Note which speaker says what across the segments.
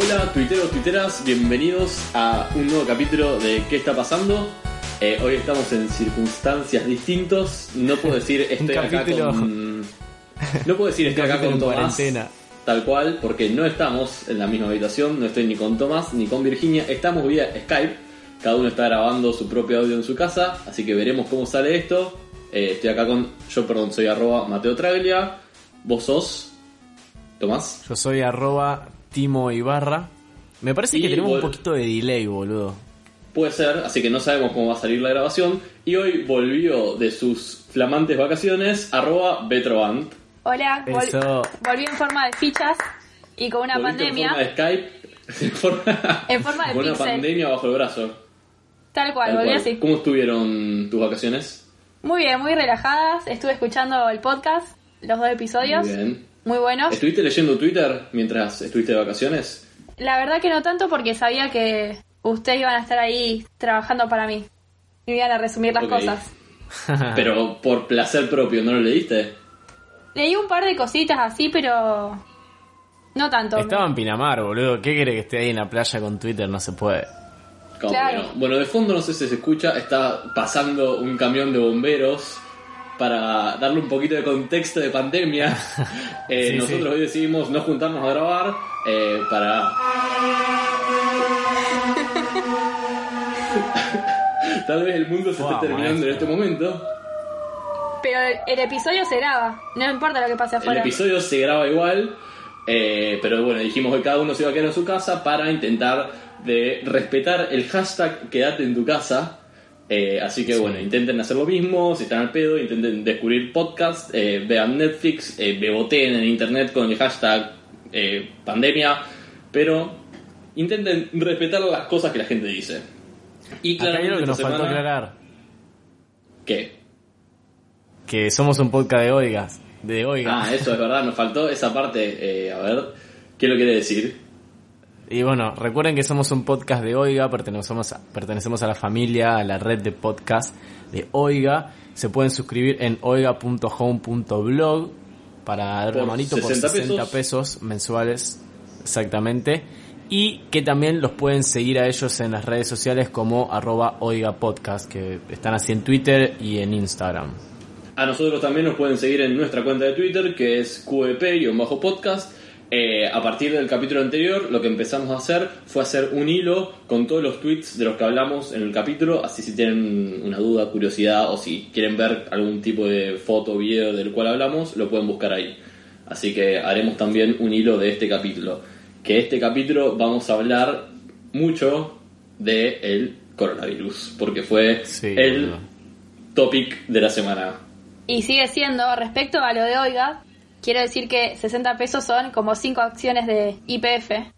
Speaker 1: Hola, tuiteros, tuiteras, bienvenidos a un nuevo capítulo de ¿Qué está pasando? Eh, hoy estamos en circunstancias distintas. No puedo decir estoy acá
Speaker 2: capítulo-
Speaker 1: con. No puedo decir estoy acá
Speaker 2: capítulo
Speaker 1: con
Speaker 2: en
Speaker 1: Tomás.
Speaker 2: cuarentena.
Speaker 1: Tal cual, porque no estamos en la misma habitación, no estoy ni con Tomás ni con Virginia, estamos vía Skype. Cada uno está grabando su propio audio en su casa, así que veremos cómo sale esto. Eh, estoy acá con. Yo, perdón, soy arroba Mateo Traglia. Vos sos. Tomás.
Speaker 2: Yo soy arroba Timo Ibarra. Me parece
Speaker 1: Y
Speaker 2: que tenemos
Speaker 1: vol-
Speaker 2: un poquito de delay, boludo.
Speaker 1: Puede ser, así que no sabemos cómo va a salir la grabación. Y hoy volvió de sus flamantes vacaciones, arroba Betrovant.
Speaker 3: Hola, vol-
Speaker 2: Eso.
Speaker 3: volví en forma de fichas y con una
Speaker 1: Volviste
Speaker 3: pandemia,
Speaker 1: En forma de Skype. En forma,
Speaker 3: En forma de
Speaker 1: con una
Speaker 3: pixel.
Speaker 1: pandemia bajo el brazo.
Speaker 3: tal cual,
Speaker 1: Tal
Speaker 3: volví
Speaker 1: cual.
Speaker 3: así.
Speaker 1: ¿Cómo estuvieron tus vacaciones?
Speaker 3: Muy bien, muy relajadas, estuve escuchando el podcast, los dos episodios,
Speaker 1: Muy bien.
Speaker 3: muy buenos.
Speaker 1: ¿Estuviste leyendo Twitter mientras estuviste de vacaciones?
Speaker 3: La verdad que no tanto porque sabía que ustedes iban a estar ahí trabajando para mí y me iban a resumir las
Speaker 1: Ok.
Speaker 3: cosas.
Speaker 1: Pero por placer propio, ¿no lo leíste?
Speaker 3: Leí un par de cositas así, pero no tanto.
Speaker 2: Estaba en Pinamar, boludo. ¿Qué quiere que esté ahí en la playa con Twitter? No se puede.
Speaker 1: Como
Speaker 3: Claro.
Speaker 1: que no. Bueno, de fondo no sé si se escucha, está pasando un camión de bomberos para darle un poquito de contexto de pandemia. Eh,
Speaker 2: Sí,
Speaker 1: nosotros
Speaker 2: sí.
Speaker 1: hoy decidimos no juntarnos a grabar eh, para... Tal vez el mundo se
Speaker 2: Wow,
Speaker 1: esté terminando
Speaker 2: maestro.
Speaker 1: en este momento.
Speaker 3: Pero el, el episodio se graba, no importa lo que pase
Speaker 1: El
Speaker 3: afuera.
Speaker 1: episodio se graba igual, eh, pero bueno, dijimos que cada uno se iba a quedar en su casa para intentar de respetar el hashtag quédate en tu casa. Eh, así que
Speaker 2: Sí.
Speaker 1: bueno, intenten hacer lo mismo, si están al pedo, intenten descubrir podcast, eh, vean Netflix, eh, beboteen en internet con el hashtag eh, pandemia, pero intenten respetar las cosas que la gente dice. Y
Speaker 2: Acá hay
Speaker 1: claramente
Speaker 2: algo que nos
Speaker 1: esta
Speaker 2: faltó
Speaker 1: semana-
Speaker 2: aclarar.
Speaker 1: ¿Qué?
Speaker 2: Que somos un podcast de oigas. De oigas.
Speaker 1: Ah, eso es verdad, nos faltó esa parte. eh, a ver, ¿qué lo quiere decir?
Speaker 2: Y bueno, recuerden que somos un podcast de Oiga, pertenecemos a, pertenecemos a la familia, a la red de podcast de Oiga. Se pueden suscribir en oiga.home.blog para dar
Speaker 1: Por
Speaker 2: una manito por
Speaker 1: 60
Speaker 2: 60
Speaker 1: pesos.
Speaker 2: pesos. mensuales, exactamente. Y que también los pueden seguir a ellos en las redes sociales como arroba Oiga Podcast, que están así en Twitter y en Instagram.
Speaker 1: A nosotros también nos pueden seguir en nuestra cuenta de Twitter, que es E QEP-podcast. Eh, a partir del capítulo anterior, lo que empezamos a hacer fue hacer un hilo con todos los tweets de los que hablamos en el capítulo. Así, si tienen una duda, curiosidad o si quieren ver algún tipo de foto o video del cual hablamos, lo pueden buscar ahí. Así que haremos también un hilo de este capítulo. Que este capítulo vamos a hablar mucho de el coronavirus, porque fue
Speaker 2: Sí,
Speaker 1: el
Speaker 2: boludo.
Speaker 1: topic de la semana.
Speaker 3: Y sigue siendo, respecto a lo de Oiga, quiero decir que 60 pesos son como 5 acciones de IPF.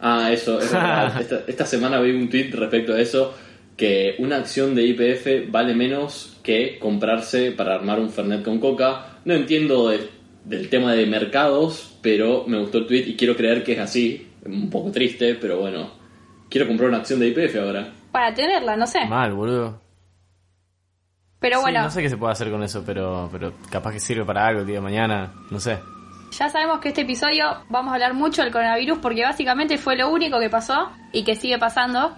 Speaker 1: Ah, eso, es verdad. esta, esta semana vi un tweet respecto a eso, que una acción de IPF vale menos que comprarse para armar un Fernet con coca. No entiendo de- del tema de mercados, pero me gustó el tweet y quiero creer que es así. Un poco triste, pero bueno. Quiero comprar una acción de IPF ahora.
Speaker 3: Para tenerla, no sé.
Speaker 2: Mal, boludo.
Speaker 3: Pero
Speaker 2: Sí,
Speaker 3: bueno,
Speaker 2: no sé qué se puede hacer con eso, pero, pero capaz que sirve para algo el día de mañana, no sé.
Speaker 3: ya sabemos que este episodio vamos a hablar mucho del coronavirus porque básicamente fue lo único que pasó y que sigue pasando.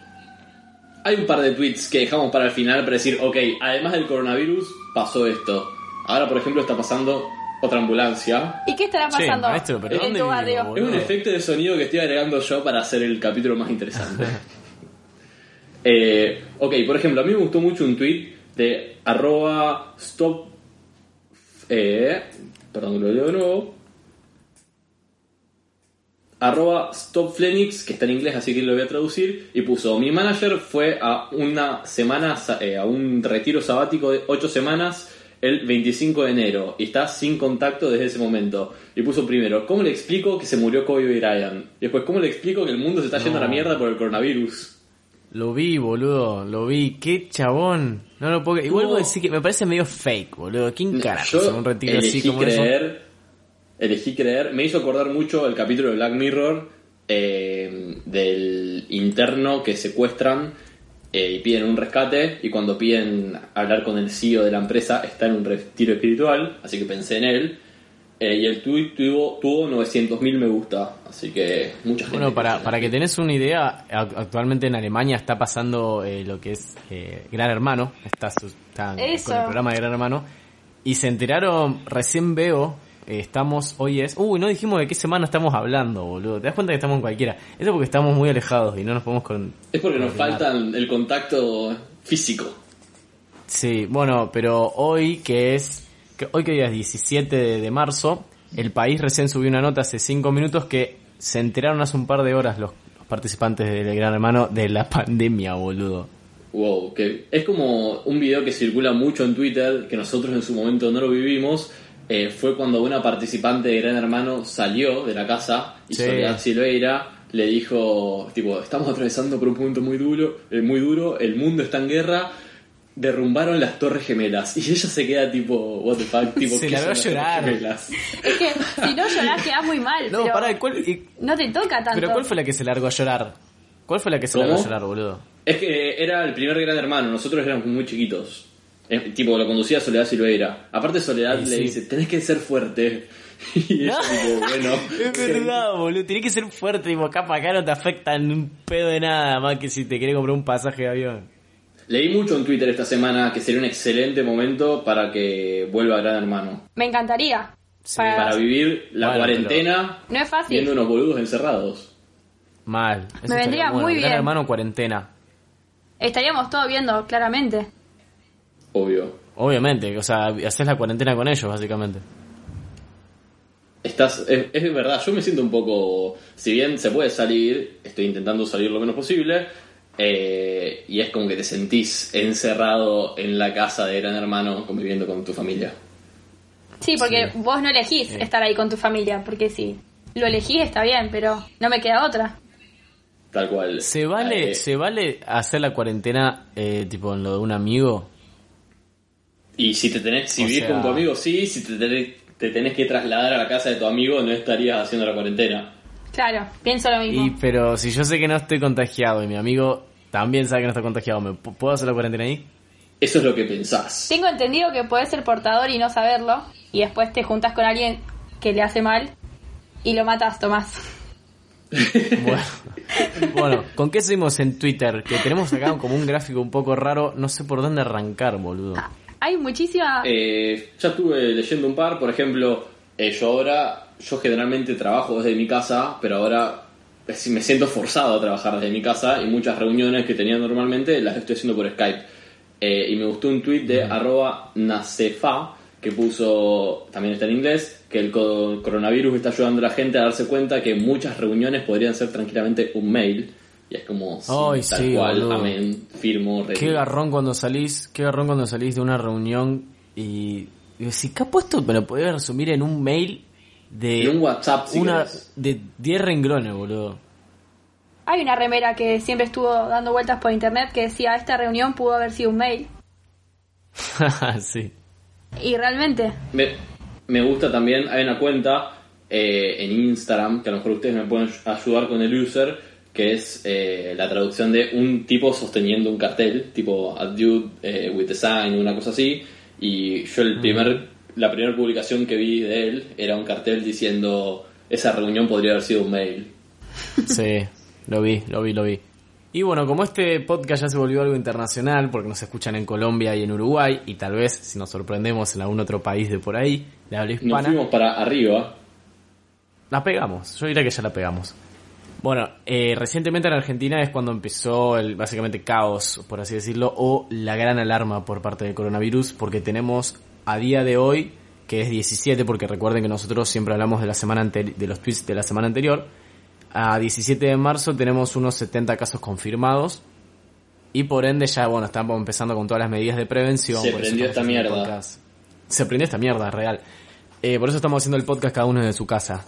Speaker 1: Hay un par de tweets que dejamos para el final para decir, ok, además del coronavirus, pasó esto. Ahora, por ejemplo, está pasando otra ambulancia.
Speaker 3: ¿Y qué estará
Speaker 2: Che,
Speaker 3: pasando
Speaker 2: maestro, pero
Speaker 3: en
Speaker 2: ¿dónde
Speaker 3: tu
Speaker 2: vivimos,
Speaker 3: barrio?
Speaker 2: boludo?
Speaker 1: Es un efecto de sonido que estoy agregando yo para hacer el capítulo más interesante. Eh, ok, por ejemplo, a mí me gustó mucho un tweet de arroba stop... eh, perdón, lo leo de nuevo. Arroba stop Phoenix, que está en inglés, así que lo voy a traducir. Y puso, mi manager fue a una semana, sa- eh, a un retiro sabático de 8 semanas el 25 de enero. Y está sin contacto desde ese momento. Y puso primero, ¿cómo le explico que se murió Kobe Bryant? Y después, ¿cómo le explico que el mundo se está yendo a la mierda por el coronavirus?
Speaker 2: Lo vi, boludo, lo vi. Qué chabón. No lo puedo creer. Igual
Speaker 1: No.
Speaker 2: voy a decir que me parece medio fake, boludo. ¿Quién carajo?
Speaker 1: Yo
Speaker 2: Un retiro
Speaker 1: elegí
Speaker 2: así como eso.
Speaker 1: creer, elegí creer, me hizo acordar mucho el capítulo de Black Mirror eh, del interno que secuestran eh, y piden un rescate y cuando piden hablar con el CEO de la empresa está en un retiro espiritual, así que pensé en él. Eh, y el tweet tuvo, tuvo 900.000 me gusta, así que mucha gente.
Speaker 2: Bueno, para,
Speaker 1: pensó en
Speaker 2: para
Speaker 1: él.
Speaker 2: que tenés una idea, ac- actualmente en Alemania está pasando eh, lo que es eh, Gran Hermano, está, su- está con el
Speaker 3: Eso.
Speaker 2: programa de Gran Hermano, y se enteraron, recién veo, eh, estamos, hoy es, uy, no dijimos de qué semana estamos hablando, boludo, te das cuenta que estamos en cualquiera, eso porque estamos muy alejados y no nos podemos con...
Speaker 1: Es porque nos
Speaker 2: coordinar.
Speaker 1: falta el contacto físico.
Speaker 2: Sí, bueno, pero hoy que es, que hoy que día es 17 de, de marzo, el país recién subió una nota hace 5 minutos que se enteraron hace un par de horas los, los participantes del Gran Hermano de la pandemia, boludo.
Speaker 1: Wow, que es como un video que circula mucho en Twitter, que nosotros en su momento no lo vivimos. eh, fue cuando una participante de Gran Hermano salió de la casa y
Speaker 2: Sí.
Speaker 1: Soledad Silveira le dijo, tipo, estamos atravesando por un punto muy duro, eh, muy duro, el mundo está en guerra, derrumbaron las torres gemelas. Y ella se queda tipo, what the fuck, tipo,
Speaker 2: Se
Speaker 1: "¿Qué
Speaker 2: la
Speaker 1: son
Speaker 2: veo
Speaker 1: las Torres
Speaker 2: llorar".
Speaker 1: Gemelas?".
Speaker 3: Es que si no llorás quedás muy mal.
Speaker 2: No,
Speaker 3: pero
Speaker 2: pará, ¿cuál, y-
Speaker 3: No te toca tanto.
Speaker 2: pero ¿cuál fue la que se largó a llorar? ¿Cuál fue la que se
Speaker 1: ¿Cómo?
Speaker 2: largó a llorar, boludo?
Speaker 1: Es que era el primer gran hermano, nosotros éramos muy chiquitos. Eh, tipo, lo conducía Soledad Silveira. Aparte Soledad
Speaker 2: Y
Speaker 1: le
Speaker 2: sí.
Speaker 1: dice, tenés que ser fuerte. Y ella, tipo, bueno.
Speaker 2: Es verdad, boludo. Tenés que ser fuerte, tipo, acá para acá no te afecta en un pedo de nada, más que si te querés comprar un pasaje de avión.
Speaker 1: Leí mucho en Twitter esta semana que sería un excelente momento para que vuelva Gran Hermano.
Speaker 3: Me encantaría. Para-
Speaker 1: Para vivir la
Speaker 2: Bueno,
Speaker 1: cuarentena
Speaker 3: No es fácil.
Speaker 1: viendo unos boludos encerrados.
Speaker 2: Mal. Eso
Speaker 3: vendría
Speaker 2: estaría bueno.
Speaker 3: muy
Speaker 2: Gran
Speaker 3: bien.
Speaker 2: hermano cuarentena.
Speaker 3: Estaríamos todos viendo, claramente.
Speaker 1: Obvio.
Speaker 2: Obviamente, o sea, haces la cuarentena con ellos, básicamente.
Speaker 1: Estás, es, es verdad, yo me siento un poco. Si bien se puede salir, estoy intentando salir lo menos posible. eh, y es como que te sentís encerrado en la casa de gran hermano conviviendo con tu familia.
Speaker 3: Sí, porque
Speaker 2: Sí.
Speaker 3: vos no elegís estar ahí con tu familia, porque si lo elegís está bien, pero no me queda otra.
Speaker 1: Tal cual.
Speaker 2: ¿Se vale,
Speaker 1: Eh,
Speaker 2: ¿se vale hacer la cuarentena eh, tipo en lo de un amigo?
Speaker 1: Y si te tenés, si
Speaker 2: O
Speaker 1: vivís
Speaker 2: sea-
Speaker 1: con tu amigo, sí, si te tenés, te tenés que trasladar a la casa de tu amigo, no estarías haciendo la cuarentena.
Speaker 3: Claro, pienso lo mismo.
Speaker 2: Y pero si yo sé que no estoy contagiado y mi amigo también sabe que no está contagiado, ¿me pu- puedo hacer la cuarentena ahí?
Speaker 1: Eso es lo que pensás.
Speaker 3: Tengo entendido que podés ser portador y no saberlo, y después te juntas con alguien que le hace mal y lo matas, Tomás.
Speaker 2: Bueno, bueno, ¿con qué seguimos en Twitter? Que tenemos acá como un gráfico un poco raro, no sé por dónde arrancar, boludo.
Speaker 3: Hay muchísima...
Speaker 1: Eh, ya estuve leyendo un par, por ejemplo, eh, yo ahora, yo generalmente trabajo desde mi casa, pero ahora es- me siento forzado a trabajar desde mi casa y muchas reuniones que tenía normalmente las estoy haciendo por Skype. Eh, y me gustó un tweet de arroba nacefa que puso, también está en inglés, que el co- coronavirus está ayudando a la gente a darse cuenta que muchas reuniones podrían ser tranquilamente un mail. Y es como, sí,
Speaker 2: Ay,
Speaker 1: tal
Speaker 2: sí,
Speaker 1: cual,
Speaker 2: boludo.
Speaker 1: amén, firmo, re-
Speaker 2: Qué garrón cuando salís, qué garrón cuando salís de una reunión y, y decís, ¿qué ha puesto? Me lo podés resumir en un mail de
Speaker 1: En un WhatsApp, si
Speaker 2: una
Speaker 1: querés.
Speaker 2: de 10 renglones, boludo.
Speaker 3: Hay una remera que siempre estuvo dando vueltas por internet que decía, esta reunión pudo haber sido un mail.
Speaker 2: sí.
Speaker 3: Y realmente,
Speaker 1: Me, me gusta también, hay una cuenta eh, en Instagram, que a lo mejor ustedes me pueden ayudar con el user, que es eh, la traducción de un tipo sosteniendo un cartel, tipo a dude eh, with design, una cosa así. Y yo el primer, la primera publicación que vi de él era un cartel diciendo esa reunión podría haber sido un mail.
Speaker 2: Sí, lo vi, lo vi, lo vi. Y bueno, como este podcast ya se volvió algo internacional, porque nos escuchan en Colombia y en Uruguay, y tal vez si nos sorprendemos en algún otro país de por ahí, de habla
Speaker 1: Nos
Speaker 2: hispana,
Speaker 1: fuimos para arriba.
Speaker 2: la pegamos. Yo diría que ya la pegamos. Bueno, eh, recientemente en Argentina es cuando empezó el básicamente caos, por así decirlo, o la gran alarma por parte del coronavirus, porque tenemos a día de hoy, que es 17, porque recuerden que nosotros siempre hablamos de la semana anteri- de los tweets de la semana anterior, a 17 de marzo tenemos unos 70 casos confirmados y por ende ya, bueno, estamos empezando con todas las medidas de prevención.
Speaker 1: Se
Speaker 2: por eso
Speaker 1: prendió
Speaker 2: estamos
Speaker 1: esta
Speaker 2: haciendo el
Speaker 1: mierda.
Speaker 2: podcast. Se prendió esta mierda, real. Eh, por eso estamos haciendo el podcast cada uno desde su casa.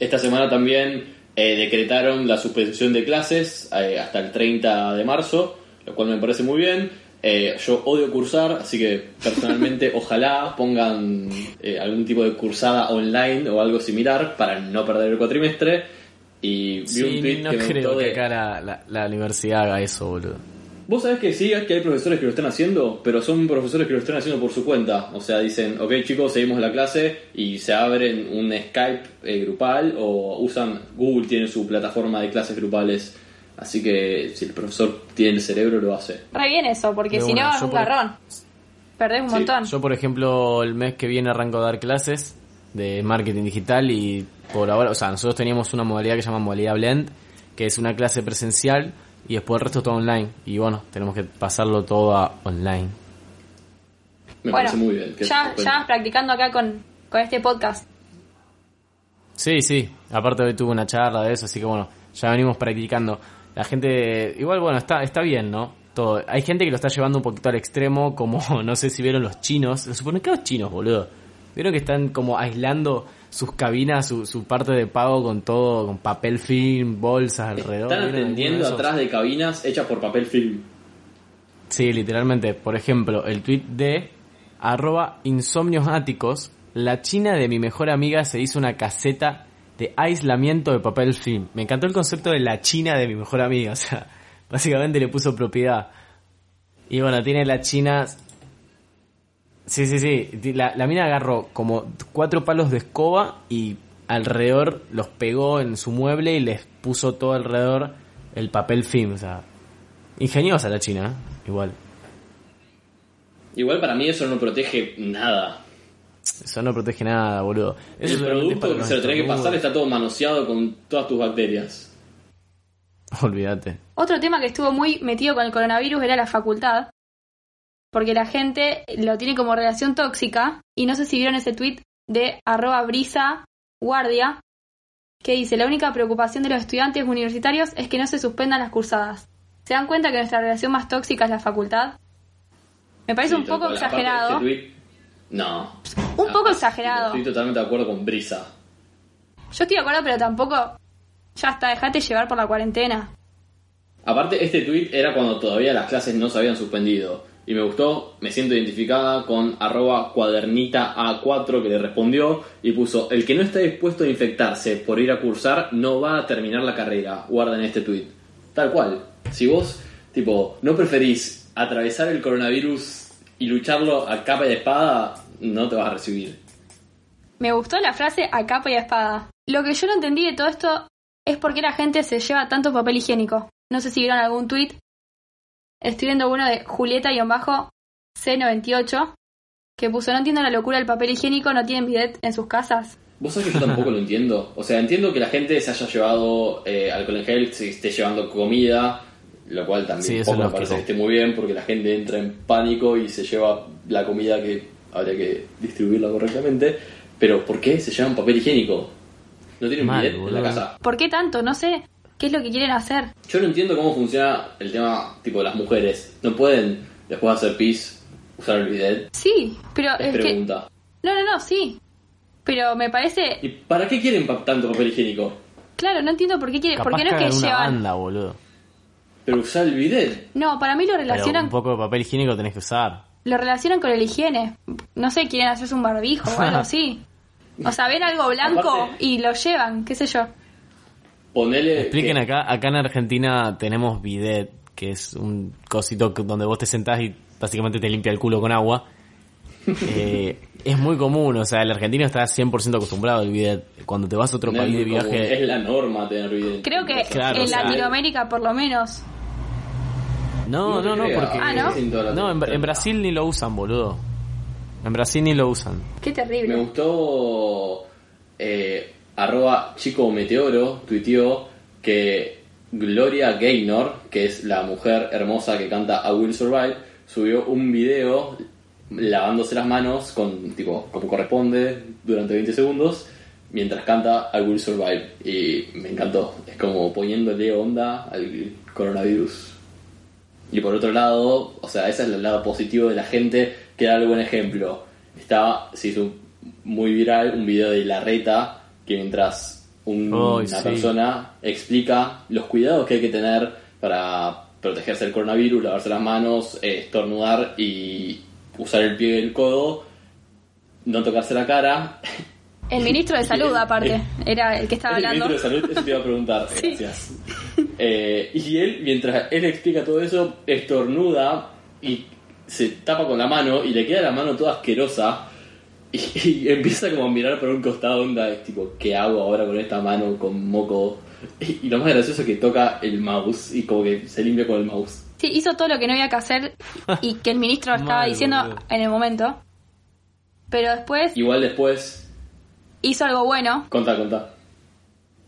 Speaker 1: Esta semana también eh, decretaron la suspensión de clases eh, hasta el 30 de marzo, lo cual me parece muy bien. Eh, yo odio cursar, así que personalmente ojalá pongan eh, algún tipo de cursada online o algo similar para no perder el cuatrimestre. Y vi un
Speaker 2: Sí,
Speaker 1: tweet
Speaker 2: no
Speaker 1: que me
Speaker 2: creo
Speaker 1: gustó
Speaker 2: que
Speaker 1: de-
Speaker 2: acá la, la- la universidad haga eso, boludo.
Speaker 1: Vos sabés que sí, que hay profesores que lo están haciendo, pero son profesores que lo están haciendo por su cuenta. O sea, dicen, ok chicos, seguimos la clase y se abren un Skype eh, grupal o usan, Google tiene su plataforma de clases grupales. Así que si el profesor tiene el cerebro, lo hace.
Speaker 3: Re bien eso, porque
Speaker 2: De
Speaker 3: si
Speaker 2: una,
Speaker 3: no es
Speaker 2: yo
Speaker 3: un
Speaker 2: por-
Speaker 3: garrón. Perdés un
Speaker 1: Sí,
Speaker 3: montón.
Speaker 2: Yo, por ejemplo, el mes que viene arranco a dar clases de marketing digital y por ahora, o sea, nosotros teníamos una modalidad que se llama modalidad blend, que es una clase presencial y después el resto todo online. Y bueno, tenemos que pasarlo todo a online.
Speaker 1: Me
Speaker 3: bueno,
Speaker 1: parece muy bien. que se
Speaker 3: ya,
Speaker 1: den cuenta.
Speaker 3: ya vas practicando acá con, con este podcast.
Speaker 2: Sí, sí. Aparte hoy tuve una charla de eso, así que bueno, ya venimos practicando. La gente, igual bueno, está, está bien, ¿no? Todo. Hay gente que lo está llevando un poquito al extremo, como no sé si vieron los chinos, los supermercados chinos, boludo. Vieron que están como aislando sus cabinas, su, su parte de pago con todo, con papel film, bolsas alrededor.
Speaker 1: Están
Speaker 2: ¿vieron alguno de
Speaker 1: atendiendo
Speaker 2: esos?
Speaker 1: atrás de cabinas hechas por papel film.
Speaker 2: Sí, literalmente. Por ejemplo, el tweet de arroba insomnios áticos. La china de mi mejor amiga se hizo una caseta de aislamiento de papel film. Me encantó el concepto de la china de mi mejor amiga. O sea, básicamente le puso propiedad. Y bueno, tiene la china... Sí, sí, sí. Ti- La, la mina agarró como cuatro palos de escoba y alrededor los pegó en su mueble y les puso todo alrededor el papel film. O sea, ingeniosa la china, ¿eh? igual.
Speaker 1: Igual para mí eso no protege nada.
Speaker 2: Eso no protege nada, boludo. Eso
Speaker 1: el
Speaker 2: solamente es
Speaker 1: producto
Speaker 2: para
Speaker 1: que
Speaker 2: los
Speaker 1: se lo tenés que pasar
Speaker 2: estornudos.
Speaker 1: está todo manoseado con todas tus bacterias.
Speaker 2: Olvídate.
Speaker 3: Otro tema que estuvo muy metido con el coronavirus era la facultad. Porque la gente lo tiene como relación tóxica. Y no sé si vieron ese tweet de arroba brisa guardia que dice la única preocupación de los estudiantes universitarios es que no se suspendan las cursadas. ¿Se dan cuenta que nuestra relación más tóxica es la facultad? Me parece
Speaker 1: Sí,
Speaker 3: un poco
Speaker 1: tal cual. Aparte,
Speaker 3: exagerado.
Speaker 1: este tuit- no.
Speaker 3: Un poco
Speaker 1: Ah,
Speaker 3: exagerado.
Speaker 1: Estoy totalmente de acuerdo con Brisa.
Speaker 3: Yo estoy de acuerdo, pero tampoco. Ya está, dejate llevar por la cuarentena.
Speaker 1: Aparte, este tweet era cuando todavía las clases no se habían suspendido. Y me gustó, me siento identificada con arroba cuadernita A4 que le respondió y puso, el que no está dispuesto a infectarse por ir a cursar no va a terminar la carrera, guarden este tweet. Tal cual, si vos, tipo, no preferís atravesar el coronavirus y lucharlo a capa y espada, no te vas a recibir.
Speaker 3: Me gustó la frase a capa y a espada. Lo que yo no entendí de todo esto es por qué la gente se lleva tanto papel higiénico. No sé si vieron algún tweet. Estoy viendo uno de Julieta-C98 que puso: No entiendo la locura del papel higiénico, no tienen bidet en sus casas.
Speaker 1: Vos sabés que yo tampoco lo entiendo. O sea, entiendo que la gente se haya llevado eh, alcohol en gel, se esté llevando comida, lo cual también
Speaker 2: Sí, eso
Speaker 1: poco
Speaker 2: es
Speaker 1: me parece que
Speaker 2: lógico.
Speaker 1: esté muy bien porque la gente entra en pánico y se lleva la comida que habría que distribuirla correctamente. Pero ¿por qué se llevan papel higiénico? No tienen
Speaker 2: Mal,
Speaker 1: bidet en la
Speaker 2: boludo.
Speaker 1: casa.
Speaker 3: ¿Por qué tanto? No sé. ¿Qué es lo que quieren hacer?
Speaker 1: Yo no entiendo cómo funciona el tema tipo de las mujeres. No pueden después de hacer pis usar el bidet.
Speaker 3: Sí, pero
Speaker 1: Es
Speaker 3: es que.
Speaker 1: pregunta.
Speaker 3: No, no, no, sí. Pero me parece.
Speaker 1: ¿Y para qué quieren pa- tanto papel higiénico?
Speaker 3: Claro, no entiendo por qué quieren.
Speaker 2: Capaz
Speaker 3: ¿Por qué no es
Speaker 2: cagan
Speaker 3: que
Speaker 2: una
Speaker 3: llevan.?
Speaker 2: banda, boludo.
Speaker 1: Pero usar el bidet.
Speaker 3: No, para mí lo
Speaker 2: Pero
Speaker 3: relacionan
Speaker 2: un poco de papel higiénico tenés que usar.
Speaker 3: lo relacionan con el higiene. No sé, quieren hacerse un barbijo o algo así. O sea, ven algo blanco
Speaker 1: Aparte-
Speaker 3: y lo llevan, qué sé yo.
Speaker 1: Ponele...
Speaker 2: Expliquen
Speaker 1: que-
Speaker 2: acá, acá en Argentina tenemos bidet, que es un cosito que- donde vos te sentás y básicamente te limpia el culo con agua. Eh, es muy común, o sea, el argentino está 100% acostumbrado al bidet. Cuando te vas a otro
Speaker 1: No es
Speaker 2: país de
Speaker 1: muy común,
Speaker 2: viaje...
Speaker 1: Es la norma tener bidet.
Speaker 3: Creo que
Speaker 2: Claro,
Speaker 3: en
Speaker 2: o sea,
Speaker 3: Latinoamérica por lo menos.
Speaker 2: No,
Speaker 1: No
Speaker 2: no, no,
Speaker 1: creo.
Speaker 2: porque...
Speaker 3: Ah, ¿no?
Speaker 1: En toda
Speaker 2: No, en,
Speaker 1: Latinoamérica.
Speaker 2: en Brasil ni lo usan, boludo. En Brasil ni lo usan.
Speaker 3: Qué
Speaker 1: Me
Speaker 3: terrible.
Speaker 1: gustó eh, arroba chico meteoro tuiteó que Gloria Gaynor, que es la mujer hermosa que canta I Will Survive, subió un video lavándose las manos con tipo como corresponde durante 20 segundos mientras canta I Will Survive y me encantó, es como poniéndole onda al coronavirus. Y por otro lado, o sea, ese es el lado positivo de la gente que da el buen ejemplo. Estaba, se hizo muy viral un video de la reta que mientras un- una
Speaker 2: Ay, sí.
Speaker 1: persona explica los cuidados que hay que tener para protegerse del coronavirus, lavarse las manos, eh, estornudar y usar el pie y el codo, no tocarse la cara.
Speaker 3: El ministro de Salud, aparte,
Speaker 2: Eh.
Speaker 3: era el que estaba
Speaker 1: El
Speaker 3: hablando.
Speaker 1: ministro de Salud, eso te iba a preguntar, gracias. Eh, y él, mientras él explica todo eso, estornuda y se tapa con la mano y le queda la mano toda asquerosa y, y empieza como a mirar por un costado onda, es tipo, ¿qué hago ahora con esta mano con moco? Y, y lo más gracioso es que toca el mouse y como que se limpia con el mouse.
Speaker 3: Sí, hizo todo lo que no había que hacer y que el ministro estaba
Speaker 2: Mal,
Speaker 3: diciendo
Speaker 2: boludo.
Speaker 3: en el momento. Pero después
Speaker 1: Igual después,
Speaker 3: hizo algo bueno,
Speaker 1: contá, contá.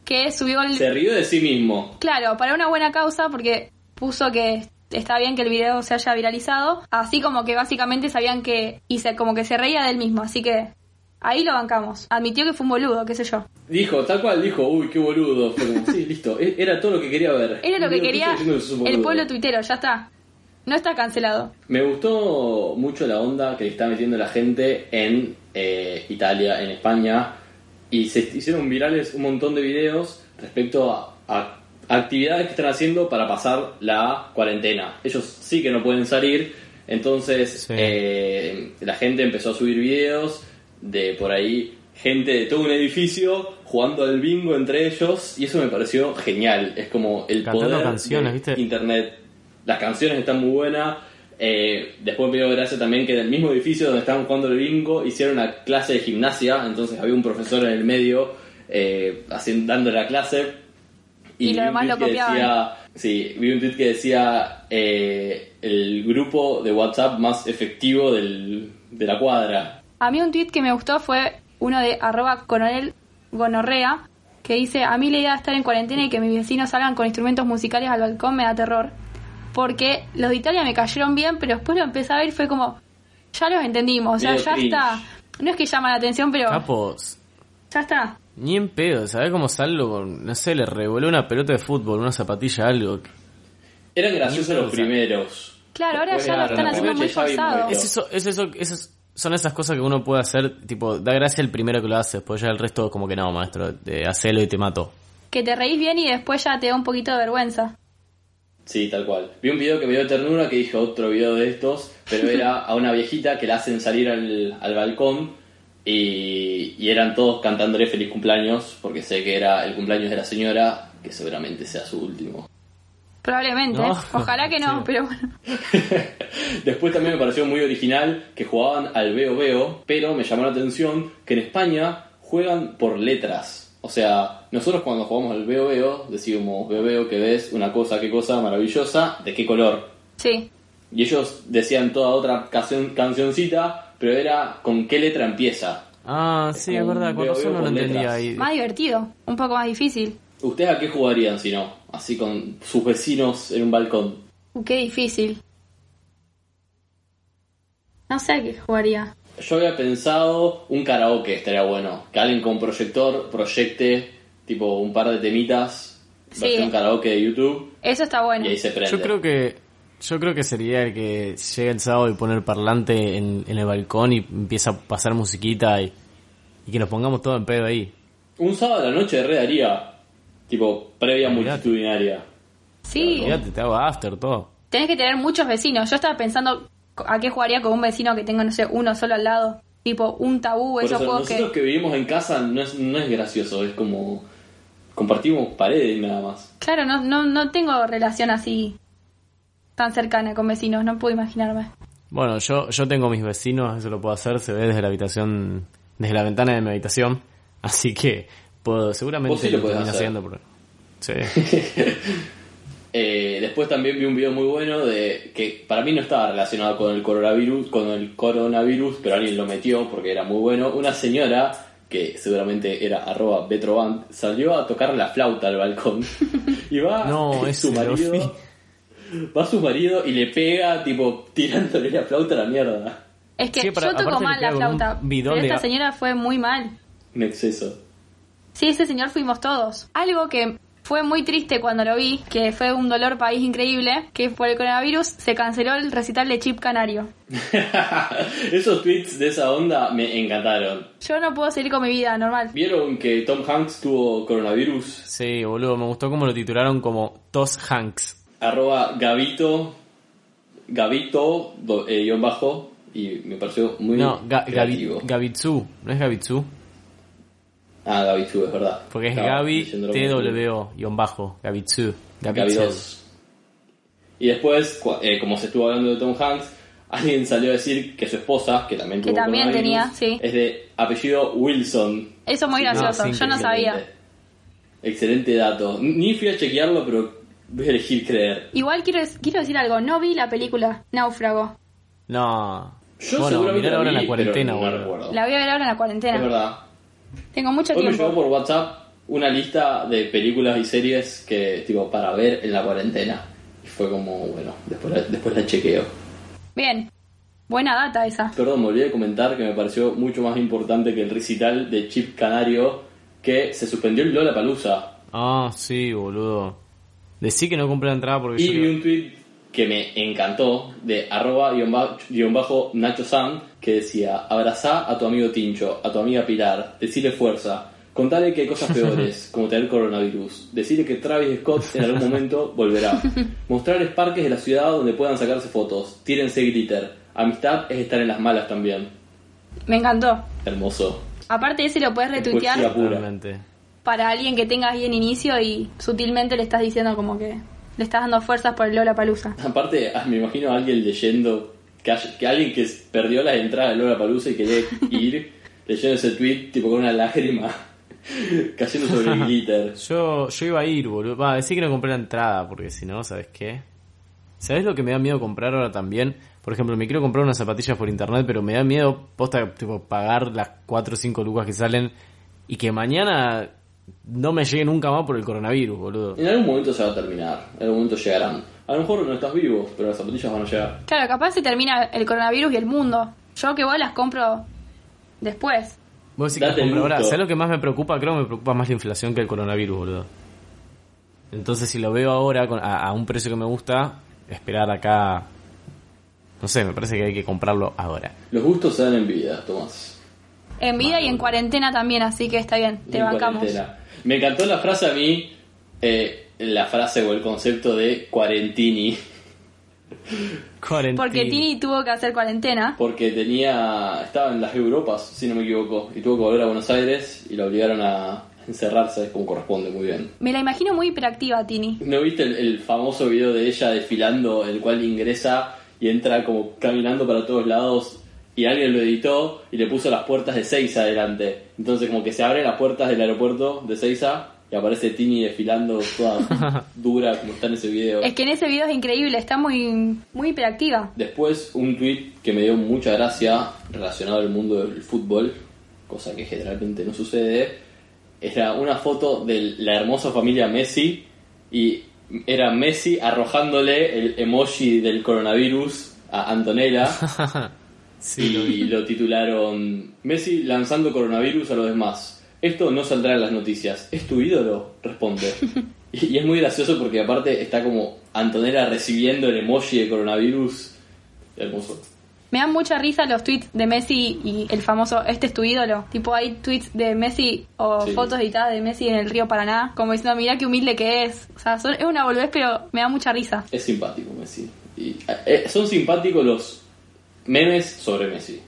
Speaker 3: que subió el...
Speaker 1: Se rió de sí mismo.
Speaker 3: Claro, para una buena causa, porque puso que está bien que el video se haya viralizado, así como que básicamente sabían que... Y se, como que se reía del mismo, así que ahí lo bancamos. Admitió que fue un boludo, qué sé yo.
Speaker 1: Dijo, tal cual, dijo, uy, qué boludo. Fue como, sí, listo, e- era todo lo que quería ver.
Speaker 3: Era lo que
Speaker 1: estoy
Speaker 3: quería
Speaker 1: diciendo que sos un
Speaker 3: el
Speaker 1: boludo.
Speaker 3: pueblo tuitero, ya está. No está cancelado.
Speaker 1: Me gustó mucho la onda que le está metiendo la gente en eh, Italia, en España, y se hicieron virales un montón de videos respecto a, a actividades que están haciendo para pasar la cuarentena. Ellos sí que no pueden salir, entonces
Speaker 2: Sí.
Speaker 1: eh, la gente empezó a subir videos de por ahí gente de todo un edificio jugando al bingo entre ellos, y eso me pareció genial. Es como el
Speaker 2: Cantando
Speaker 1: poder
Speaker 2: canciones,
Speaker 1: de
Speaker 2: ¿viste?
Speaker 1: internet. Las canciones están muy buenas. Eh, después me dio gracia también que en el mismo edificio donde estaban jugando el bingo hicieron una clase de gimnasia, entonces había un profesor en el medio eh, haciendo, dando la clase.
Speaker 3: Y
Speaker 1: vi
Speaker 3: los
Speaker 1: un
Speaker 3: demás
Speaker 1: tuit
Speaker 3: lo
Speaker 1: que
Speaker 3: copiaban.
Speaker 1: decía- sí, vi un tweet que decía eh, el grupo de WhatsApp más efectivo del- de la cuadra.
Speaker 3: A mí un tweet que me gustó fue uno de arroba coronel gonorrea que dice, a mí la idea de estar en cuarentena y que mis vecinos salgan con instrumentos musicales al balcón me da terror, porque los de Italia me cayeron bien, pero después lo empecé a ver y fue como, ya los entendimos, o sea,
Speaker 1: Medio
Speaker 3: ya
Speaker 1: cringe.
Speaker 3: está, no es que llama la atención, pero
Speaker 2: Capos.
Speaker 3: ya está.
Speaker 2: Ni en pedo, ¿sabés cómo salgo? con- No sé, le revoló una pelota de fútbol, una zapatilla, algo.
Speaker 1: Eran graciosos los
Speaker 2: Ni un
Speaker 1: primeros.
Speaker 3: Claro, ahora
Speaker 1: Después
Speaker 3: ya lo
Speaker 1: agarraron
Speaker 3: están
Speaker 1: la
Speaker 3: haciendo muy
Speaker 1: pelota y ya vimos
Speaker 3: forzado.
Speaker 1: esto.
Speaker 2: Es eso, es eso, es eso- son esas cosas que uno puede hacer, tipo, da gracia el primero que lo hace, después ya el resto como que no, maestro, eh, hacelo y te mato.
Speaker 3: Que te reís bien y después ya te da un poquito de vergüenza.
Speaker 1: Sí, tal cual. Vi un video que me dio ternura que dije otro video de estos, pero era a una viejita que la hacen salir al, al balcón y, y eran todos cantándole feliz cumpleaños porque sé que era el cumpleaños de la señora, que seguramente sea su último.
Speaker 3: Probablemente,
Speaker 2: No.
Speaker 3: ojalá que no,
Speaker 2: Sí.
Speaker 3: pero bueno.
Speaker 1: Después también me pareció muy original que jugaban al veo veo, pero me llamó la atención que en España juegan por letras. O sea, nosotros cuando jugamos al veo veo decimos veo veo que ves una cosa, qué cosa maravillosa, de qué color.
Speaker 3: Sí,
Speaker 1: Y ellos decían toda otra canción, cancioncita, pero era con qué letra empieza.
Speaker 2: Ah, sí, es
Speaker 1: con-
Speaker 2: verdad, con
Speaker 1: veo-
Speaker 2: razón
Speaker 1: veo
Speaker 2: no lo
Speaker 1: con
Speaker 2: entendía
Speaker 1: letras.
Speaker 2: ahí.
Speaker 3: más divertido, un poco más difícil.
Speaker 1: ¿Ustedes a qué jugarían si no? Así con sus vecinos en un balcón.
Speaker 3: Uh, qué difícil. No sé a qué jugaría.
Speaker 1: Yo había pensado un karaoke, estaría bueno. Que alguien con proyector proyecte tipo un par de temitas,
Speaker 3: Sí.
Speaker 1: versión karaoke de YouTube,
Speaker 3: Eso está bueno.
Speaker 1: y ahí se prende.
Speaker 2: Yo creo que yo creo que sería el que llega el sábado y pone el parlante en, en el balcón y empieza a pasar musiquita y, y que nos pongamos todo en pedo ahí.
Speaker 1: Un sábado a la noche re daría, tipo previa
Speaker 2: Olvidate.
Speaker 1: multitudinaria.
Speaker 3: Sí,
Speaker 2: Fíjate, te hago after todo.
Speaker 3: tenés que tener muchos vecinos. Yo estaba pensando a qué jugaría con un vecino que tenga, no sé, uno solo al lado. Tipo, un tabú,
Speaker 1: Por
Speaker 3: esos
Speaker 1: eso,
Speaker 3: juegos
Speaker 1: nosotros
Speaker 3: Pues que...
Speaker 1: que... vivimos en casa no es, no es gracioso, es como compartimos paredes nada más.
Speaker 3: Claro, no, no, no tengo relación así tan cercana con vecinos, no puedo imaginarme.
Speaker 2: Bueno, yo, yo tengo mis vecinos, eso lo puedo hacer, se ve desde la habitación, desde la ventana de mi habitación, así que puedo, seguramente
Speaker 1: Vos sí lo podés
Speaker 2: termino
Speaker 1: hacer.
Speaker 2: haciendo porque- sí.
Speaker 1: Eh, después también vi un video muy bueno de que para mí no estaba relacionado con el coronavirus, con el coronavirus, pero alguien lo metió porque era muy bueno. Una señora que seguramente era arroba Betrovant salió a tocar la flauta al balcón y va
Speaker 2: No,
Speaker 1: su
Speaker 2: ese lo
Speaker 1: marido va su marido y le pega tipo tirándole la flauta a la mierda.
Speaker 3: Es que
Speaker 2: Sí, pero
Speaker 3: yo toco
Speaker 2: aparte le
Speaker 3: mal la
Speaker 2: pega con un
Speaker 3: flauta,
Speaker 2: bidón
Speaker 3: pero
Speaker 2: de
Speaker 3: esta
Speaker 2: a-
Speaker 3: señora fue muy mal.
Speaker 1: Un exceso.
Speaker 3: Sí, ese señor fuimos todos. Algo que Fue muy triste cuando lo vi, que fue un dolor país increíble, que por el coronavirus se canceló el recital de Chip Canario.
Speaker 1: Esos tweets de esa onda me encantaron.
Speaker 3: Yo no puedo seguir con mi vida normal.
Speaker 1: ¿Vieron que Tom Hanks tuvo coronavirus?
Speaker 2: Sí, boludo, me gustó como lo titularon como Tos Hanks.
Speaker 1: Arroba Gavito, Gavito, do- eh, guión bajo, y me pareció muy
Speaker 2: No, Ga- Gavi-
Speaker 1: creativo.
Speaker 2: Gavitsu, no es Gavitsu,
Speaker 1: ah, Gavichu, es verdad.
Speaker 2: porque es
Speaker 1: Estaba
Speaker 2: Gabi
Speaker 1: leyéndolo como-
Speaker 2: TWO, guión bajo, Gavitsu.
Speaker 1: Gaby
Speaker 2: Gavitsu.
Speaker 1: dos. Y después, cu- eh, como se estuvo hablando de Tom Hanks, alguien salió a decir que su esposa, que también
Speaker 3: Que
Speaker 1: tuvo
Speaker 3: también
Speaker 1: coronavirus,
Speaker 3: tenía, sí.
Speaker 1: es de apellido Wilson.
Speaker 3: Eso es muy
Speaker 2: no,
Speaker 3: gracioso,
Speaker 2: sí,
Speaker 3: yo no
Speaker 2: increíble.
Speaker 3: sabía.
Speaker 1: Excelente dato. Ni fui a chequearlo, pero voy a elegir creer.
Speaker 3: Igual quiero, dec- quiero decir algo, no vi la película Náufrago.
Speaker 2: No.
Speaker 1: Yo
Speaker 2: bueno,
Speaker 1: seguramente
Speaker 2: mirá ahora en
Speaker 1: vi,
Speaker 2: la cuarentena,
Speaker 1: pero no
Speaker 2: boludo.
Speaker 1: recuerdo.
Speaker 3: La voy a ver ahora en la
Speaker 1: Es
Speaker 3: cuarentena.
Speaker 1: verdad.
Speaker 3: Tengo mucho
Speaker 1: Hoy me llegó
Speaker 3: tiempo.
Speaker 1: por WhatsApp una lista de películas y series que, tipo, para ver en la cuarentena. Y fue como, bueno, después la- después la chequeo.
Speaker 3: Bien, buena data esa.
Speaker 1: Perdón, me olvidé de comentar que me pareció mucho más importante que el recital de Chip Canario que se suspendió el Lola Palusa.
Speaker 2: Ah, sí, boludo. Decí que no compré la entrada porque
Speaker 1: Y
Speaker 2: yo...
Speaker 1: vi un tweet que me encantó de arroba guión ba- guión bajo Nacho San que decía abrazá a tu amigo Tincho, a tu amiga Pilar, decirle fuerza, contale que hay cosas peores, como tener coronavirus, decirle que Travis Scott en algún momento volverá, mostrarles parques de la ciudad donde puedan sacarse fotos, tírense glitter, amistad es estar en las malas también.
Speaker 3: Me encantó.
Speaker 1: Hermoso.
Speaker 3: Aparte ese lo puedes
Speaker 1: Es
Speaker 3: retuitear
Speaker 1: poesía pura.
Speaker 2: Totalmente.
Speaker 3: para alguien que tengas bien inicio y sutilmente le estás diciendo como que le estás dando fuerzas por el Lola Palusa.
Speaker 1: Aparte, ah, me imagino a alguien leyendo, que, haya- que alguien que perdió las entradas de Lola Palusa y quería ir leyendo ese tweet tipo con una lágrima cayendo sobre el glitter.
Speaker 2: Yo, yo iba a ir, boludo. Va, decí que no compré la entrada porque si no, ¿sabes qué? ¿Sabes lo que me da miedo comprar ahora también? Por ejemplo, me quiero comprar unas zapatillas por internet, pero me da miedo posta tipo, pagar las 4 o 5 lucas que salen y que mañana no me llegue nunca más por el coronavirus, boludo.
Speaker 1: En algún momento se va a terminar, en algún momento llegarán. A lo mejor no estás vivo, pero las zapatillas van a llegar.
Speaker 3: Claro, capaz se termina el coronavirus y el mundo. Yo que vos las compro después.
Speaker 2: Vos decís que las
Speaker 1: Date el
Speaker 2: compro ahora.
Speaker 1: gusto.
Speaker 2: ¿Sabes lo que más me preocupa? Creo que me preocupa más la inflación que el coronavirus, boludo. Entonces, si lo veo ahora con- a, a un precio que me gusta, esperar acá. No sé, me parece que hay que comprarlo ahora.
Speaker 1: Los gustos se dan en vida, Tomás.
Speaker 3: En vida y en cuarentena también, así que está bien, te
Speaker 1: En
Speaker 3: bancamos.
Speaker 1: cuarentena. Me encantó la frase a mí, eh, la frase o el concepto de cuarentini.
Speaker 2: Cuarentena.
Speaker 3: Porque Tini tuvo que hacer cuarentena.
Speaker 1: Porque tenía. estaba en las Europas, si no me equivoco, y tuvo que volver a Buenos Aires y la obligaron a encerrarse como corresponde muy bien.
Speaker 3: Me la imagino muy hiperactiva, Tini.
Speaker 1: ¿No viste el, el famoso video de ella desfilando, el cual ingresa y entra como caminando para todos lados? Y alguien lo editó y le puso las puertas de Seiza adelante. Entonces como que se abren las puertas del aeropuerto de Seiza y aparece Tini desfilando toda dura como está en ese video.
Speaker 3: Es que en ese video es increíble, está muy, muy hiperactiva.
Speaker 1: Después un tweet que me dio mucha gracia relacionado al mundo del fútbol, cosa que generalmente no sucede, era una foto de la hermosa familia Messi y era Messi arrojándole el emoji del coronavirus a Antonella
Speaker 2: Sí, lo vi.
Speaker 1: y lo titularon Messi lanzando coronavirus a los demás. Esto no saldrá en las noticias. ¿Es tu ídolo? Responde. y, y es muy gracioso porque aparte está como Antonella recibiendo el emoji de coronavirus. Hermoso.
Speaker 3: Me dan mucha risa los tweets de Messi y el famoso este es tu ídolo. Tipo hay tweets de Messi o
Speaker 1: Sí.
Speaker 3: fotos editadas de Messi en el río Paraná, como diciendo, mirá qué humilde que es. O sea, son- es una boludez, pero me da mucha risa.
Speaker 1: Es simpático Messi. Y, eh, son simpáticos los memes sobre Messi.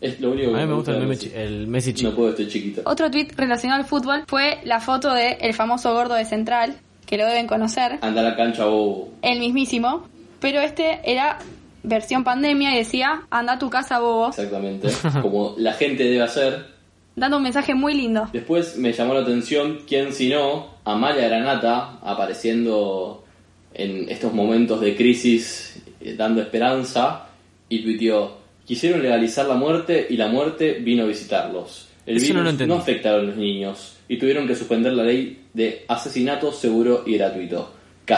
Speaker 1: Es lo único que
Speaker 2: A mí me gusta el
Speaker 1: de
Speaker 2: meme
Speaker 1: Messi.
Speaker 2: chi- el Messi
Speaker 1: No
Speaker 2: chico.
Speaker 1: puedo, estoy chiquito.
Speaker 3: Otro tweet relacionado al fútbol fue la foto de el famoso gordo de Central, que lo deben conocer,
Speaker 1: Andar a la cancha bobo.
Speaker 3: el mismísimo, pero este era versión pandemia y decía, anda a tu casa, bobo,
Speaker 1: Exactamente. Como la gente debe hacer.
Speaker 3: dando un mensaje muy lindo.
Speaker 1: Después me llamó la atención quién si no, Amalia Granata, apareciendo en estos momentos de crisis, eh, dando esperanza, y tuiteó, quisieron legalizar la muerte y la muerte vino a visitarlos. El
Speaker 2: Eso no
Speaker 1: virus
Speaker 2: lo
Speaker 1: no,
Speaker 2: entendí.
Speaker 1: afectaron a los niños y tuvieron que suspender la ley de asesinato seguro y gratuito.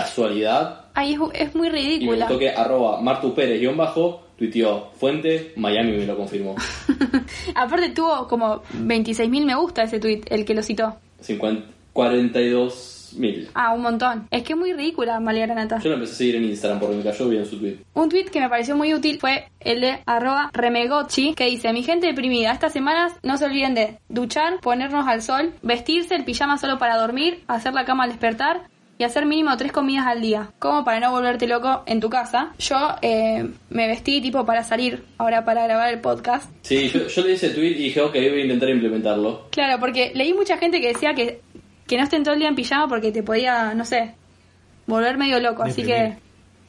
Speaker 1: Casualidad.
Speaker 3: Ay, es, es muy
Speaker 1: Y me
Speaker 3: ridícula.
Speaker 1: gustó que arroba Martu Pérez guión bajo tuiteó, fuente, Miami me lo confirmó.
Speaker 3: Aparte
Speaker 1: Mm.
Speaker 3: tuvo como 26.000 me gusta ese tweet, el que lo citó.
Speaker 1: 50, 42 mil.
Speaker 3: Ah, un montón. Es que es muy ridícula Amalia Granata.
Speaker 1: Yo la empecé a seguir en Instagram porque me cayó bien su tweet.
Speaker 3: Un tweet que me pareció muy útil fue el de arroba remegochi que dice, mi gente deprimida, estas semanas no se olviden de duchar, ponernos al sol, vestirse el pijama solo para dormir, hacer la cama al despertar y hacer mínimo tres comidas al día, como para no volverte loco en tu casa. Yo eh, me vestí tipo para salir, ahora para grabar el podcast.
Speaker 1: Sí, yo, yo le hice tweet y dije, ok, voy a intentar implementarlo.
Speaker 3: Claro, porque leí mucha gente que decía que, que no estén todo el día en pijama porque te podía, no sé, volver medio loco. Así
Speaker 2: Deprimir.
Speaker 3: que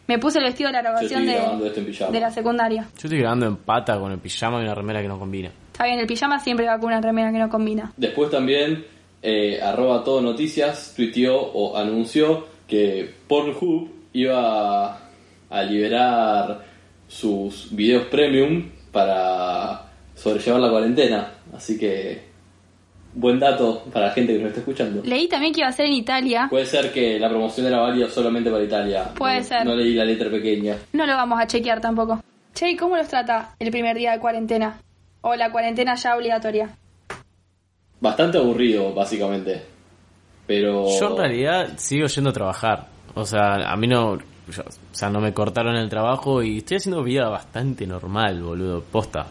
Speaker 3: me puse el vestido de la
Speaker 1: Yo
Speaker 3: grabación
Speaker 1: estoy grabando esto en
Speaker 3: de,
Speaker 1: pijama.
Speaker 3: de la secundaria.
Speaker 2: Yo estoy grabando en pata con el pijama y una remera que no combina.
Speaker 3: Está bien, el pijama siempre va con una remera que no combina.
Speaker 1: Después también, eh, arroba todo noticias, tuiteó o anunció que Pornhub iba a liberar sus videos premium para sobrellevar la cuarentena. Así que, buen dato para la gente que nos está escuchando.
Speaker 3: Leí también que iba a ser en Italia.
Speaker 1: Puede ser que la promoción era válida solamente para Italia.
Speaker 3: Puede
Speaker 1: No-
Speaker 3: ser.
Speaker 1: No leí la letra pequeña.
Speaker 3: No lo vamos a chequear tampoco. Che, ¿y ¿cómo los trata el primer día de cuarentena? O la cuarentena ya obligatoria.
Speaker 1: Bastante aburrido, básicamente. Pero...
Speaker 2: Yo en realidad sigo yendo a trabajar. O sea, a mí no. yo- o sea, no me cortaron el trabajo y estoy haciendo vida bastante normal, boludo. Posta.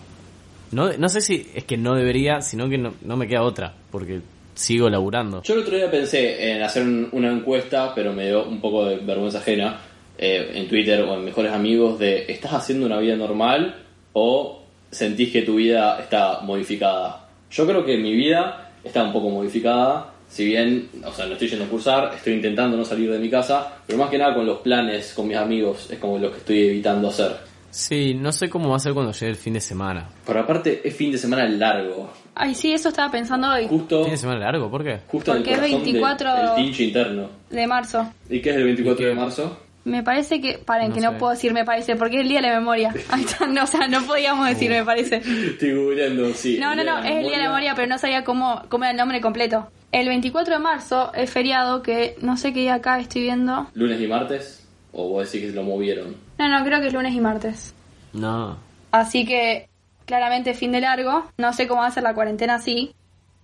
Speaker 2: No, no sé si es que no debería, sino que no, no me queda otra. Porque sigo laburando.
Speaker 1: Yo el otro día pensé en hacer un- una encuesta, pero me dio un poco de vergüenza ajena eh, en Twitter o en Mejores Amigos de ¿estás haciendo una vida normal o sentís que tu vida está modificada? Yo creo que mi vida está un poco modificada, si bien, o sea, no estoy yendo a cursar, estoy intentando no salir de mi casa, pero más que nada con los planes, con mis amigos, es como lo que estoy evitando hacer.
Speaker 2: Sí, no sé cómo va a ser cuando llegue el fin de semana.
Speaker 1: Pero aparte es fin de semana largo,
Speaker 3: Ay, sí, eso estaba pensando hoy,
Speaker 1: justo,
Speaker 2: ¿Fin de semana largo? ¿Por qué?
Speaker 1: justo en el
Speaker 3: Porque es
Speaker 1: corazón de-
Speaker 3: 24
Speaker 1: del tincho interno.
Speaker 3: de marzo.
Speaker 1: ¿Y qué es el 24
Speaker 2: ¿Y qué?
Speaker 1: de marzo?
Speaker 3: Me parece que... Paren,
Speaker 2: No
Speaker 3: que
Speaker 2: sé.
Speaker 3: no puedo decir me parece, porque es el día de la memoria. Ahí está, no, o sea, no podíamos decir me parece.
Speaker 1: Estoy googleando, sí.
Speaker 3: No, no, no, es el día de la memoria, pero no sabía cómo, cómo era el nombre completo. El 24 de marzo es feriado, que no sé qué día acá estoy viendo.
Speaker 1: ¿Lunes y martes? ¿O vos decís que lo movieron?
Speaker 3: No, no, creo que es lunes y martes.
Speaker 2: No.
Speaker 3: Así que claramente fin de largo. No sé cómo va a ser la cuarentena así.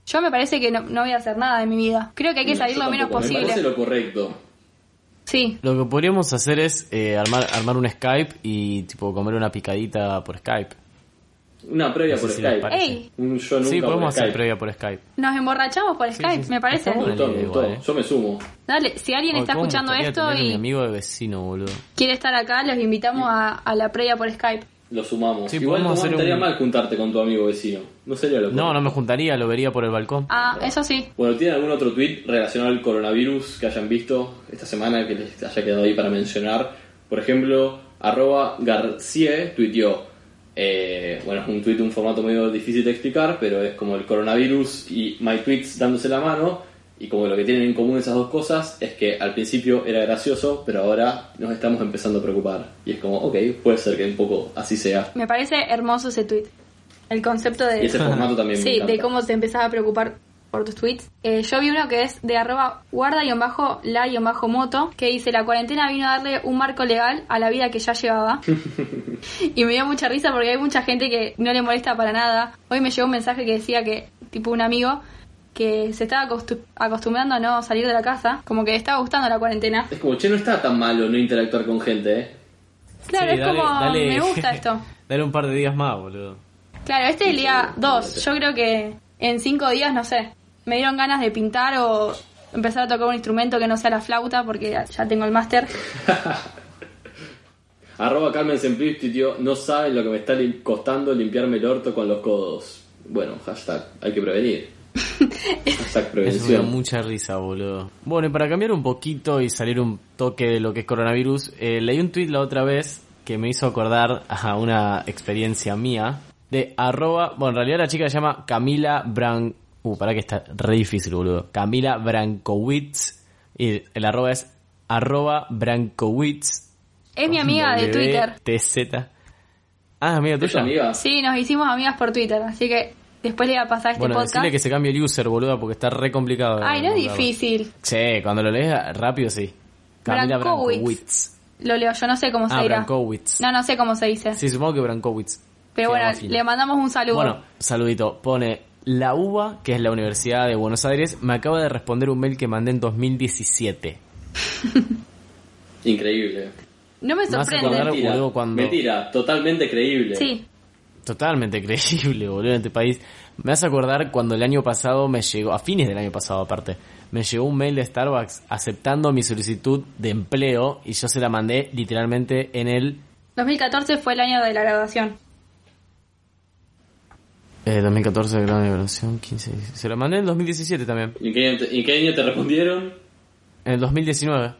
Speaker 3: Yo me parece que no, no voy a hacer nada de mi vida. Creo que hay que salir
Speaker 1: Yo
Speaker 3: lo menos
Speaker 1: tampoco, Me parece
Speaker 3: posible.
Speaker 1: lo correcto.
Speaker 3: Sí.
Speaker 2: Lo que podríamos hacer es eh, armar, armar un Skype y tipo comer una picadita por Skype.
Speaker 1: Una previa
Speaker 2: No sé
Speaker 1: por
Speaker 2: si les
Speaker 1: Skype.
Speaker 2: parece.
Speaker 3: ¡Ey!
Speaker 1: Un yo nunca
Speaker 2: Sí,
Speaker 1: por
Speaker 2: podemos hacer
Speaker 1: Skype.
Speaker 2: previa por Skype.
Speaker 3: Nos emborrachamos por Skype,
Speaker 2: sí,
Speaker 3: me parece.
Speaker 2: está
Speaker 1: Me gustó, me
Speaker 2: Igual,
Speaker 1: gustó.
Speaker 2: eh.
Speaker 1: Yo me sumo.
Speaker 3: Dale, si alguien
Speaker 2: Ay,
Speaker 3: está
Speaker 2: cómo me
Speaker 3: escuchando
Speaker 2: gustaría
Speaker 3: esto
Speaker 2: tener un
Speaker 3: y
Speaker 2: amigo de vecino, boludo.
Speaker 3: quiere estar acá, los invitamos a, a la previa por Skype.
Speaker 1: Lo sumamos.
Speaker 2: Sí,
Speaker 1: Igual no
Speaker 2: podemos hacer
Speaker 1: estaría
Speaker 2: un-
Speaker 1: mal juntarte con tu amigo vecino. No sería lo
Speaker 2: No,
Speaker 1: correcto.
Speaker 2: no me juntaría, lo vería por el balcón.
Speaker 3: Ah, eso sí.
Speaker 1: Bueno, ¿tienen algún otro tweet relacionado al coronavirus que hayan visto esta semana que les haya quedado ahí para mencionar? Por ejemplo, arroba Garcie tuiteó, eh, bueno, es un tweet, un formato medio difícil de explicar, pero es como el coronavirus y my tweets dándose la mano, y como lo que tienen en común esas dos cosas es que al principio era gracioso, pero ahora nos estamos empezando a preocupar. Y es como, ok, puede ser que un poco así sea.
Speaker 3: Me parece hermoso ese tweet. El concepto de...
Speaker 1: Y ese formato también me
Speaker 3: Sí, de
Speaker 1: encanta.
Speaker 3: cómo te empezás a preocupar por tus tweets. Eh, yo vi uno que es de arroba guarda-la-moto, que dice, la cuarentena vino a darle un marco legal a la vida que ya llevaba. y me dio mucha risa porque hay mucha gente que no le molesta para nada. Hoy me llegó un mensaje que decía que, tipo un amigo, que se estaba acostu- acostumbrando a no salir de la casa, como que le estaba gustando la cuarentena.
Speaker 1: Es como, che, no está tan malo no interactuar con gente, ¿eh?
Speaker 3: Claro,
Speaker 2: Sí,
Speaker 3: es
Speaker 2: dale-
Speaker 3: como,
Speaker 2: dale-
Speaker 3: me gusta esto.
Speaker 2: dale un par de días más, boludo.
Speaker 3: Claro, este es el día 2. Yo creo que en 5 días, no sé, me dieron ganas de pintar o empezar a tocar un instrumento que no sea la flauta porque ya- ya tengo el máster.
Speaker 1: Arroba Carmen Semplisti, tío, no saben lo que me está lim- costando limpiarme el orto con los codos. Bueno, hashtag, hay que prevenir. hashtag
Speaker 2: Eso me da
Speaker 1: prevención.
Speaker 2: mucha risa, boludo. Bueno, y para cambiar un poquito y salir un toque de lo que es coronavirus, eh, leí un tweet la otra vez que me hizo acordar a una experiencia mía de arroba, bueno, en realidad la chica se llama Camila Bran... Uh, para que está re difícil, boludo. Camila Brankowitz y el arroba es arroba Brankowitz.
Speaker 3: Es mi amiga de Twitter.
Speaker 2: TZ. Ah, amiga
Speaker 1: ¿Es tu
Speaker 2: tuya.
Speaker 1: amiga?
Speaker 3: Sí, nos hicimos amigas por Twitter, así que después le voy a pasar este
Speaker 2: Bueno, decirle
Speaker 3: podcast.
Speaker 2: que se cambie el user, boludo, porque está re complicado.
Speaker 3: Ay, no es
Speaker 2: nombrarlo.
Speaker 3: difícil.
Speaker 2: Sí, cuando lo lees rápido sí. Camila
Speaker 3: Brankowitz.
Speaker 2: Brankowitz.
Speaker 3: Lo leo, yo no sé cómo
Speaker 2: Ah,
Speaker 3: se dirá.
Speaker 2: Brankowitz.
Speaker 3: No, no sé cómo se dice.
Speaker 2: Sí, supongo que Brankowitz. Queda
Speaker 3: Pero bueno,
Speaker 2: más fino.
Speaker 3: le mandamos un saludo.
Speaker 2: Bueno, saludito. Pone La UBA, que es la Universidad de Buenos Aires, me acaba de responder un mail que mandé en 2017.
Speaker 1: Increíble.
Speaker 3: No
Speaker 2: Me
Speaker 3: me
Speaker 2: hace
Speaker 3: sorprende.
Speaker 2: acordar-
Speaker 1: Mentira,
Speaker 2: boludo, cuando-
Speaker 1: mentira, totalmente creíble.
Speaker 3: Sí,
Speaker 2: Totalmente creíble, boludo, en este país. Me hace acordar cuando el año pasado me llegó, a fines del año pasado aparte, me llegó un mail de Starbucks aceptando mi solicitud de empleo y yo se la mandé literalmente en el
Speaker 3: 2014 fue el año de la graduación.
Speaker 2: eh, 2014, grado de evaluación, 15, 16. se la mandé en el 2017 también,
Speaker 1: ¿Y en qué año te, en qué año te respondieron?
Speaker 2: en el 2019.
Speaker 3: no,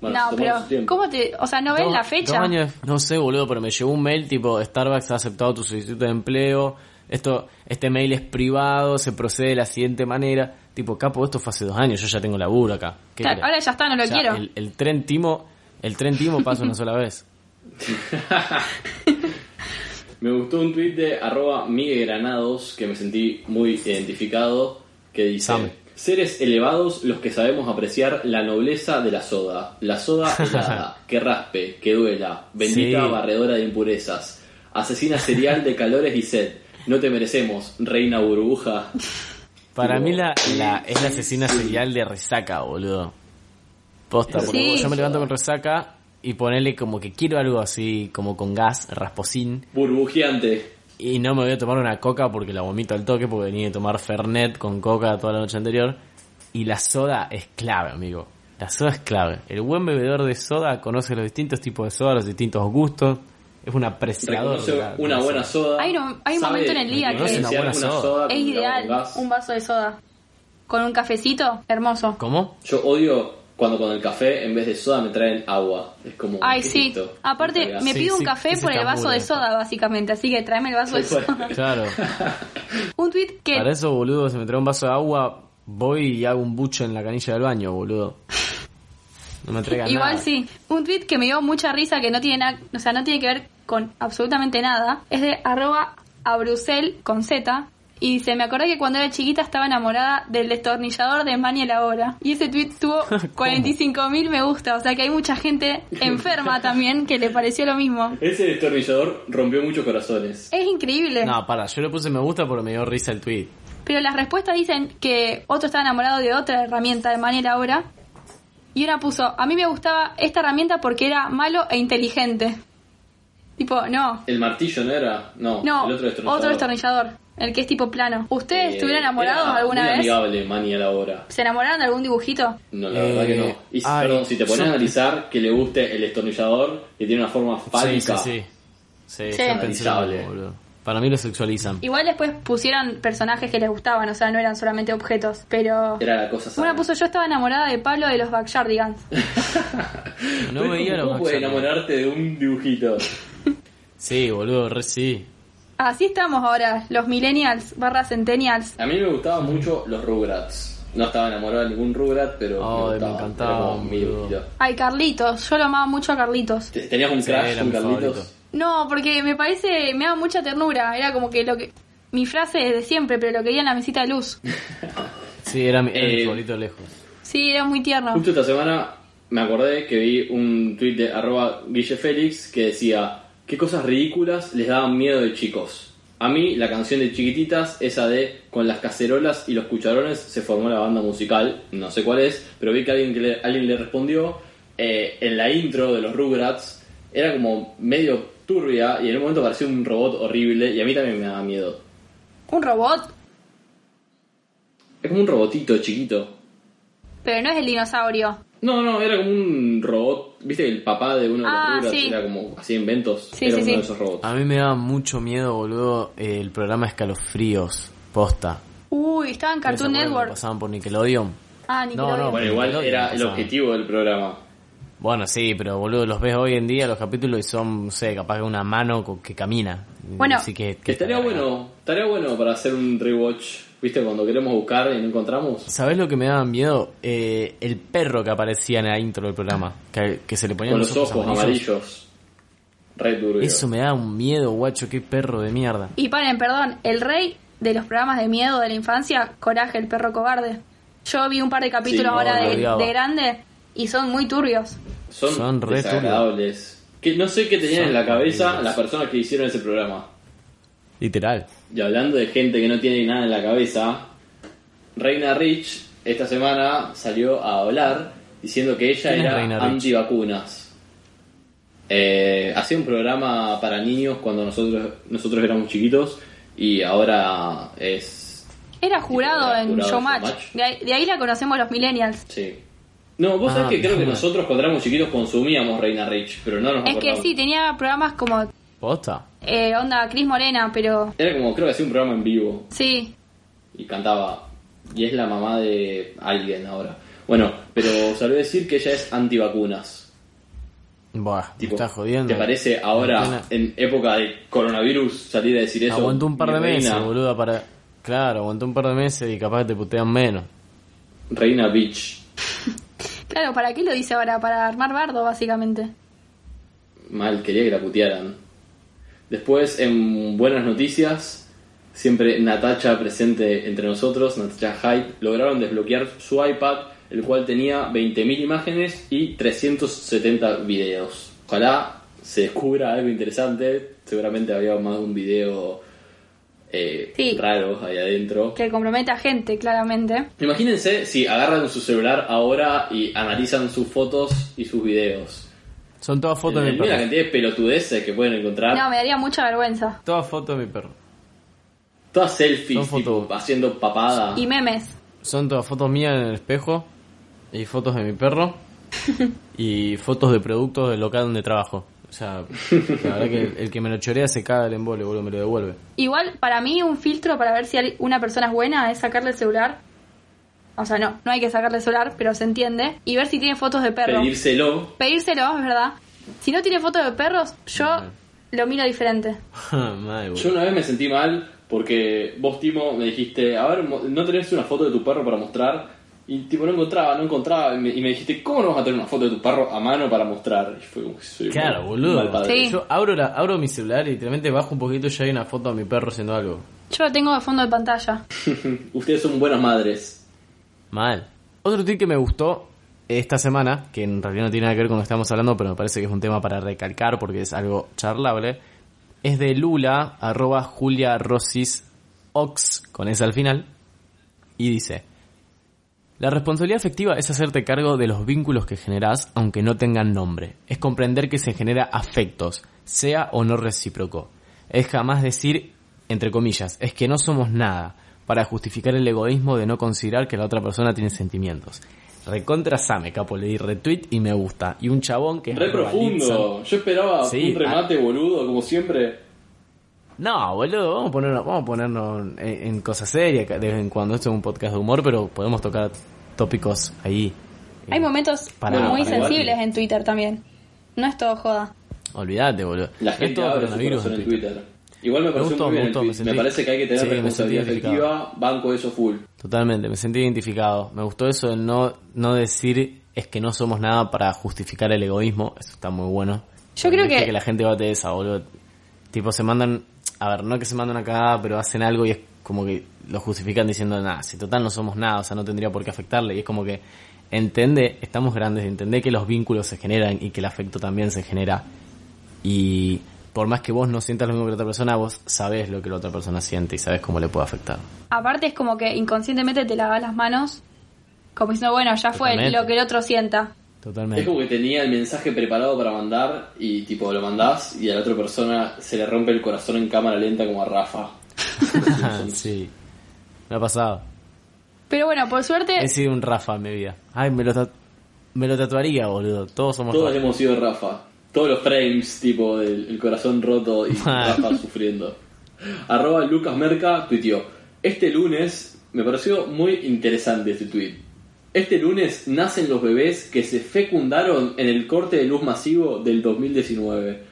Speaker 1: se tomaron
Speaker 3: pero
Speaker 1: su tiempo.
Speaker 3: ¿cómo te...? O sea, ¿no ves
Speaker 2: Dos-
Speaker 3: la fecha?
Speaker 2: dos años- no sé, boludo, pero me llegó un mail tipo Starbucks ha aceptado tu solicitud de empleo. Esto, este mail es privado, se procede de la siguiente manera. Tipo, capo, esto fue hace dos años, yo ya tengo laburo acá. ¿Qué
Speaker 3: Claro,
Speaker 2: querés?
Speaker 3: ahora ya está, no lo
Speaker 2: Ya,
Speaker 3: quiero.
Speaker 2: El, el tren timo, el tren timo pasa una sola vez.
Speaker 1: Me gustó un tweet de arroba Migue Granados que me sentí muy identificado que dice
Speaker 2: Same.
Speaker 1: Seres elevados los que sabemos apreciar la nobleza de la soda, la soda helada, que raspe, que duela, bendita
Speaker 2: Sí.
Speaker 1: barredora de impurezas, asesina serial de calores y sed, no te merecemos, reina burbuja.
Speaker 2: Para mí la, la- es la asesina serial de resaca, boludo. Posta, porque
Speaker 3: Sí.
Speaker 2: yo me levanto con resaca y ponerle como que quiero algo así, como con gas, rasposín.
Speaker 1: Burbujeante.
Speaker 2: Y no me voy a tomar una coca porque la vomito al toque, porque venía de tomar Fernet con coca toda la noche anterior. Y la soda es clave, amigo. La soda es clave. El buen bebedor de soda conoce los distintos tipos de soda, los distintos gustos. Es un apreciador.
Speaker 1: Reconoce
Speaker 2: de la- de
Speaker 1: una
Speaker 2: la
Speaker 1: buena
Speaker 2: soda.
Speaker 1: soda.
Speaker 3: Hay un- hay un
Speaker 1: sabe
Speaker 3: momento en el día que-
Speaker 1: diferenciar
Speaker 2: Reconoce una buena
Speaker 1: una
Speaker 2: soda.
Speaker 1: soda con
Speaker 3: Es
Speaker 1: un
Speaker 3: ideal
Speaker 1: gas.
Speaker 3: un vaso de soda con un cafecito hermoso.
Speaker 2: ¿Cómo?
Speaker 1: Yo odio cuando con el café en vez de soda me traen agua. Es como.
Speaker 3: Ay,
Speaker 1: ¿qué es
Speaker 3: sí.
Speaker 1: esto?
Speaker 3: Aparte, me
Speaker 2: Sí,
Speaker 3: pido
Speaker 2: sí,
Speaker 3: un café
Speaker 2: ese
Speaker 3: por el vaso de
Speaker 2: cambur,
Speaker 3: soda, básicamente. Así que tráeme el vaso de
Speaker 1: Tal
Speaker 3: soda.
Speaker 1: cual.
Speaker 2: Claro.
Speaker 3: Un tweet que
Speaker 2: Para eso, boludo, se me trae un vaso de agua, voy y hago un bucho en la canilla del baño, boludo. No me traigan
Speaker 3: Igual
Speaker 2: nada.
Speaker 3: sí. Un tweet que me dio mucha risa que no tiene nada, o sea, no tiene que ver con absolutamente nada, es de arroba a con Z. Y dice, me acordé que cuando era chiquita estaba enamorada del destornillador de Mani la hora. Y ese tweet tuvo 45.000 me gusta. O sea que hay mucha gente enferma también que le pareció lo mismo.
Speaker 1: Ese destornillador rompió muchos corazones.
Speaker 3: Es increíble.
Speaker 2: No, para, yo le puse me gusta porque me dio risa el tweet.
Speaker 3: Pero las respuestas dicen que otro estaba enamorado de otra herramienta de Mani la hora. Y una puso, a mí me gustaba esta herramienta porque era malo e inteligente. Tipo, no,
Speaker 1: El martillo no era. No,
Speaker 3: No,
Speaker 1: el otro destornillador.
Speaker 3: destornillador, el que es tipo plano.
Speaker 1: Eh,
Speaker 3: ¿Ustedes estuvieron enamorados
Speaker 1: era
Speaker 3: alguna
Speaker 1: muy
Speaker 3: vez?
Speaker 1: amigable, Mani, a la hora.
Speaker 3: ¿Se enamoraron de algún dibujito?
Speaker 1: No, la
Speaker 2: Eh,
Speaker 1: verdad que no. Y si-
Speaker 2: ay,
Speaker 1: perdón, si te pones
Speaker 2: yo-
Speaker 1: a analizar que le guste el destornillador, que tiene una forma
Speaker 2: Sí, sí,
Speaker 1: fálica.
Speaker 2: sí. Sí,
Speaker 3: Sí.
Speaker 2: yo pensé lo mismo, boludo. Para mí lo sexualizan.
Speaker 3: Igual después pusieron personajes que les gustaban, o sea, no eran solamente objetos, pero...
Speaker 1: Era la cosa
Speaker 3: Una
Speaker 1: sana.
Speaker 3: puso, yo estaba enamorada de Pablo de los Backyardigans.
Speaker 2: No
Speaker 1: Pero
Speaker 2: veía
Speaker 1: ¿Cómo
Speaker 2: los
Speaker 1: puedes
Speaker 2: Maxwell.
Speaker 1: enamorarte de un dibujito?
Speaker 2: Sí, boludo, re sí.
Speaker 3: Así estamos ahora, los millennials barra centennials.
Speaker 1: A mí me gustaban mucho los Rugrats. No estaba enamorado de ningún Rugrat, pero
Speaker 2: Ay, me
Speaker 1: me, gustaba.
Speaker 2: encantaba,
Speaker 1: Era como mi
Speaker 2: boludo.
Speaker 1: dibujito.
Speaker 3: Ay, Carlitos, yo lo amaba mucho a Carlitos.
Speaker 1: ¿Te- ¿Tenías un
Speaker 2: Sí,
Speaker 1: crash
Speaker 2: era
Speaker 1: con
Speaker 2: mi
Speaker 1: Carlitos?
Speaker 2: favorito.
Speaker 3: No, porque me parece, me daba mucha ternura, era como que lo que... Mi frase es de siempre, pero lo quería en la mesita de luz.
Speaker 2: Sí, era mi, era mi
Speaker 1: Eh,
Speaker 2: favorito lejos.
Speaker 3: Sí, era muy tierno.
Speaker 1: Justo esta semana me acordé que vi un tweet de arroba Guille Félix que decía ¿Qué cosas ridículas les daban miedo de chicos? A mí la canción de Chiquititas, esa de con las cacerolas y los cucharones se formó la banda musical, no sé cuál es, pero vi que alguien, que le, alguien le respondió eh, en la intro de los Rugrats, era como medio turbia y en un momento parecía un robot horrible y a mí también me daba miedo.
Speaker 3: Un robot,
Speaker 1: Es como un robotito chiquito.
Speaker 3: pero no es el dinosaurio.
Speaker 1: No, no, era como un robot. ¿Viste el papá de uno de
Speaker 3: Ah,
Speaker 1: los Rugrats?
Speaker 3: sí.
Speaker 1: Era como así inventos.
Speaker 3: Sí,
Speaker 1: era
Speaker 3: sí,
Speaker 1: uno
Speaker 3: sí.
Speaker 1: de esos robots.
Speaker 2: A mí me daba mucho miedo, boludo, eh, el programa Escalofríos. Posta.
Speaker 3: Uy, estaba en Cartoon
Speaker 2: ¿No se acuerdan que
Speaker 3: Network.
Speaker 2: Pasaban por Nickelodeon.
Speaker 3: Ah, Nickelodeon.
Speaker 2: No, no,
Speaker 1: Bueno, igual
Speaker 2: Nickelodeon
Speaker 1: era el
Speaker 2: pasaba.
Speaker 1: objetivo del programa.
Speaker 2: Bueno, sí, pero boludo, los ves hoy en día los capítulos y son, no sé, capaz que una mano co- que camina.
Speaker 3: Bueno.
Speaker 2: Así que,
Speaker 1: Que estaría bueno, estaría bueno para hacer un rewatch. ¿Viste? Cuando queremos buscar y no encontramos.
Speaker 2: ¿Sabes lo que me daba miedo? Eh, el perro que aparecía en la intro del programa, que, que se le ponían
Speaker 1: Con los ojos amarillos. Red turbio.
Speaker 2: Eso me daba un miedo, guacho, qué perro de mierda.
Speaker 3: Y paren, perdón, el rey de los programas de miedo de la infancia, Coraje, el perro cobarde. Yo vi un par de capítulos
Speaker 1: Sí, no,
Speaker 3: ahora
Speaker 2: lo
Speaker 3: de,
Speaker 2: odiaba.
Speaker 3: de grande y son muy turbios.
Speaker 1: Son,
Speaker 2: son re
Speaker 1: desagradables. Que no sé qué tenían
Speaker 2: Son
Speaker 1: en la cabeza
Speaker 2: horribles.
Speaker 1: las personas que hicieron ese programa.
Speaker 2: Literal.
Speaker 1: Y hablando de gente que no tiene nada en la cabeza, Reina Rich esta semana salió a hablar diciendo que ella
Speaker 2: ¿Quién es
Speaker 1: era
Speaker 2: Reina Rich?
Speaker 1: antivacunas. Eh, hacía un programa para niños cuando nosotros, nosotros éramos chiquitos y ahora es...
Speaker 3: Era jurado
Speaker 1: era
Speaker 3: en
Speaker 1: jurado en Showmatch.
Speaker 3: Showmatch. De ahí, de ahí la conocemos los millennials.
Speaker 1: Sí. No, vos
Speaker 2: Ah,
Speaker 1: sabés que creo que
Speaker 2: mira.
Speaker 1: nosotros cuando éramos chiquitos consumíamos Reina Rich, pero no nos
Speaker 3: Es que
Speaker 1: acordamos.
Speaker 3: sí, tenía programas como
Speaker 2: ¿Posta?
Speaker 3: eh, onda Cris Morena, pero
Speaker 1: Era como, creo que hacía un programa en vivo.
Speaker 3: sí,
Speaker 1: y cantaba y es la mamá de alguien ahora. Bueno, pero salió a decir que ella es antivacunas.
Speaker 2: Buah, me
Speaker 1: Tipo,
Speaker 2: estás jodiendo.
Speaker 1: ¿Te parece ahora,
Speaker 2: Cuarentena.
Speaker 1: en época de coronavirus, salir a decir eso?
Speaker 2: Aguantó un par
Speaker 1: Mi
Speaker 2: de meses,
Speaker 1: reina,
Speaker 2: boluda, para... Claro, aguantó un par de meses y capaz que te putean menos.
Speaker 1: Reina Beach.
Speaker 3: claro, ¿para qué lo dice ahora? Para armar bardo, básicamente.
Speaker 1: Mal, quería que la putearan. Después, en buenas noticias, siempre Natacha presente entre nosotros, Natacha Hyde, lograron desbloquear su iPad, el cual tenía 20.000 imágenes y 370 videos. Ojalá se descubra algo interesante, seguramente había más de un video eh,
Speaker 3: Sí.
Speaker 1: raro ahí adentro.
Speaker 3: Que compromete a gente, claramente.
Speaker 1: Imagínense si agarran su celular ahora y analizan sus fotos y sus videos. Eh,
Speaker 2: Son todas fotos de mi
Speaker 1: Mira la
Speaker 2: perro.
Speaker 1: cantidad de pelotudeces que pueden encontrar.
Speaker 3: No, me daría mucha vergüenza.
Speaker 2: Todas fotos de mi perro.
Speaker 1: Todas selfies,
Speaker 2: Son
Speaker 1: tipo,
Speaker 2: fotos.
Speaker 1: haciendo papada.
Speaker 3: Y memes.
Speaker 2: Son todas fotos mías en el espejo y fotos de mi perro y fotos de productos del local donde trabajo. O sea, la verdad que el, el que me lo chorea se caga el embole, boludo, me lo devuelve.
Speaker 3: Igual, para mí, un filtro para ver si hay- una persona es buena es sacarle el celular. O sea, no, no hay que sacarle el celular, pero se entiende. Y ver si tiene fotos de perros.
Speaker 1: Pedírselo.
Speaker 3: Pedírselo, es verdad. Si no tiene fotos de perros, yo lo miro diferente.
Speaker 2: Madre, boludo.
Speaker 1: Yo una vez me sentí mal porque vos, Timo, me dijiste, a ver, mo- ¿no tenés una foto de tu perro para mostrar? Y tipo, no encontraba, no encontraba. Y me, y me dijiste, ¿cómo no vas a tener una foto de tu perro a mano para mostrar? Y fue como que soy un
Speaker 2: Claro,
Speaker 1: mal-
Speaker 2: boludo.
Speaker 1: mal padre.
Speaker 3: Sí.
Speaker 2: Yo abro, la, abro mi celular y literalmente bajo un poquito y ya hay una foto de mi perro haciendo algo.
Speaker 3: Yo lo tengo de fondo de pantalla.
Speaker 1: Ustedes son buenas madres.
Speaker 2: Mal. Otro tweet que me gustó esta semana, que en realidad no tiene nada que ver con lo que estamos hablando, pero me parece que es un tema para recalcar porque es algo charlable, es de Lula, arroba Julia Rosis Ox, con ese al final, y dice, la responsabilidad afectiva es hacerte cargo de los vínculos que generás aunque no tengan nombre. Es comprender que se genera afectos, sea o no recíproco. Es jamás decir, entre comillas, es que no somos nada, para justificar el egoísmo de no considerar que la otra persona tiene sentimientos. Recontra Same, capo, le di retweet y me gusta. Y un chabón que... es
Speaker 1: Re profundo. Yo esperaba
Speaker 2: Sí, ah.
Speaker 1: un remate, boludo, como siempre.
Speaker 2: No, boludo, vamos a ponernos, vamos a ponernos en, en cosas serias de vez en cuando. Esto es un podcast de humor, pero podemos tocar tópicos ahí.
Speaker 3: Hay momentos
Speaker 2: Pará,
Speaker 3: muy
Speaker 1: pará,
Speaker 3: sensibles
Speaker 2: igual.
Speaker 3: en Twitter también. No es todo joda.
Speaker 2: Olvídate, boludo.
Speaker 1: La
Speaker 2: No es
Speaker 1: gente
Speaker 2: todo
Speaker 1: abre su
Speaker 2: coronavirus
Speaker 1: corazón
Speaker 2: en
Speaker 1: en Twitter. Igual me pareció
Speaker 2: gustó,
Speaker 1: muy
Speaker 2: me
Speaker 1: bien el
Speaker 2: gustó,
Speaker 1: tweet.
Speaker 2: me sentí-
Speaker 1: me parece que hay que tener
Speaker 2: sí, me sentí
Speaker 1: responsabilidad
Speaker 2: identificado.
Speaker 1: efectiva, banco eso full.
Speaker 2: Totalmente, me sentí identificado. Me gustó eso de no, no decir es que no somos nada para justificar el egoísmo. Eso está muy bueno.
Speaker 3: Yo creo
Speaker 2: Viste
Speaker 3: que-
Speaker 2: la gente bate esa, boludo. Tipo, se mandan... A ver, no que se mandan una cagada, pero hacen algo y es como que lo justifican diciendo nada. Si total no somos nada, o sea, no tendría por qué afectarle. Y es como que entende, estamos grandes, entende que los vínculos se generan y que el afecto también se genera. Y por más que vos no sientas lo mismo que la otra persona, vos sabés lo que la otra persona siente y sabés cómo le puede afectar.
Speaker 3: Aparte es como que inconscientemente te lavas las manos como diciendo, bueno, ya fue
Speaker 2: Totalmente.
Speaker 3: lo que el otro sienta.
Speaker 2: Totalmente.
Speaker 1: Es como que tenía el mensaje preparado para mandar y tipo lo mandás y a la otra persona se le rompe el corazón en cámara lenta como a Rafa.
Speaker 2: sí. Me ha pasado.
Speaker 3: Pero bueno, por
Speaker 1: Eh.
Speaker 3: suerte,
Speaker 2: He sido un Rafa en mi vida. Ay, me lo, ta- me lo tatuaría, boludo. Todos somos
Speaker 1: Todos
Speaker 2: Rafa.
Speaker 1: hemos sido Rafa. Todos los frames, tipo del el corazón roto y
Speaker 2: Mal.
Speaker 1: Rafa sufriendo. Arroba Lucas Merca tuiteó. Este lunes me pareció muy interesante este tweet. Este lunes nacen los bebés que se fecundaron en el corte de luz masivo del 2019.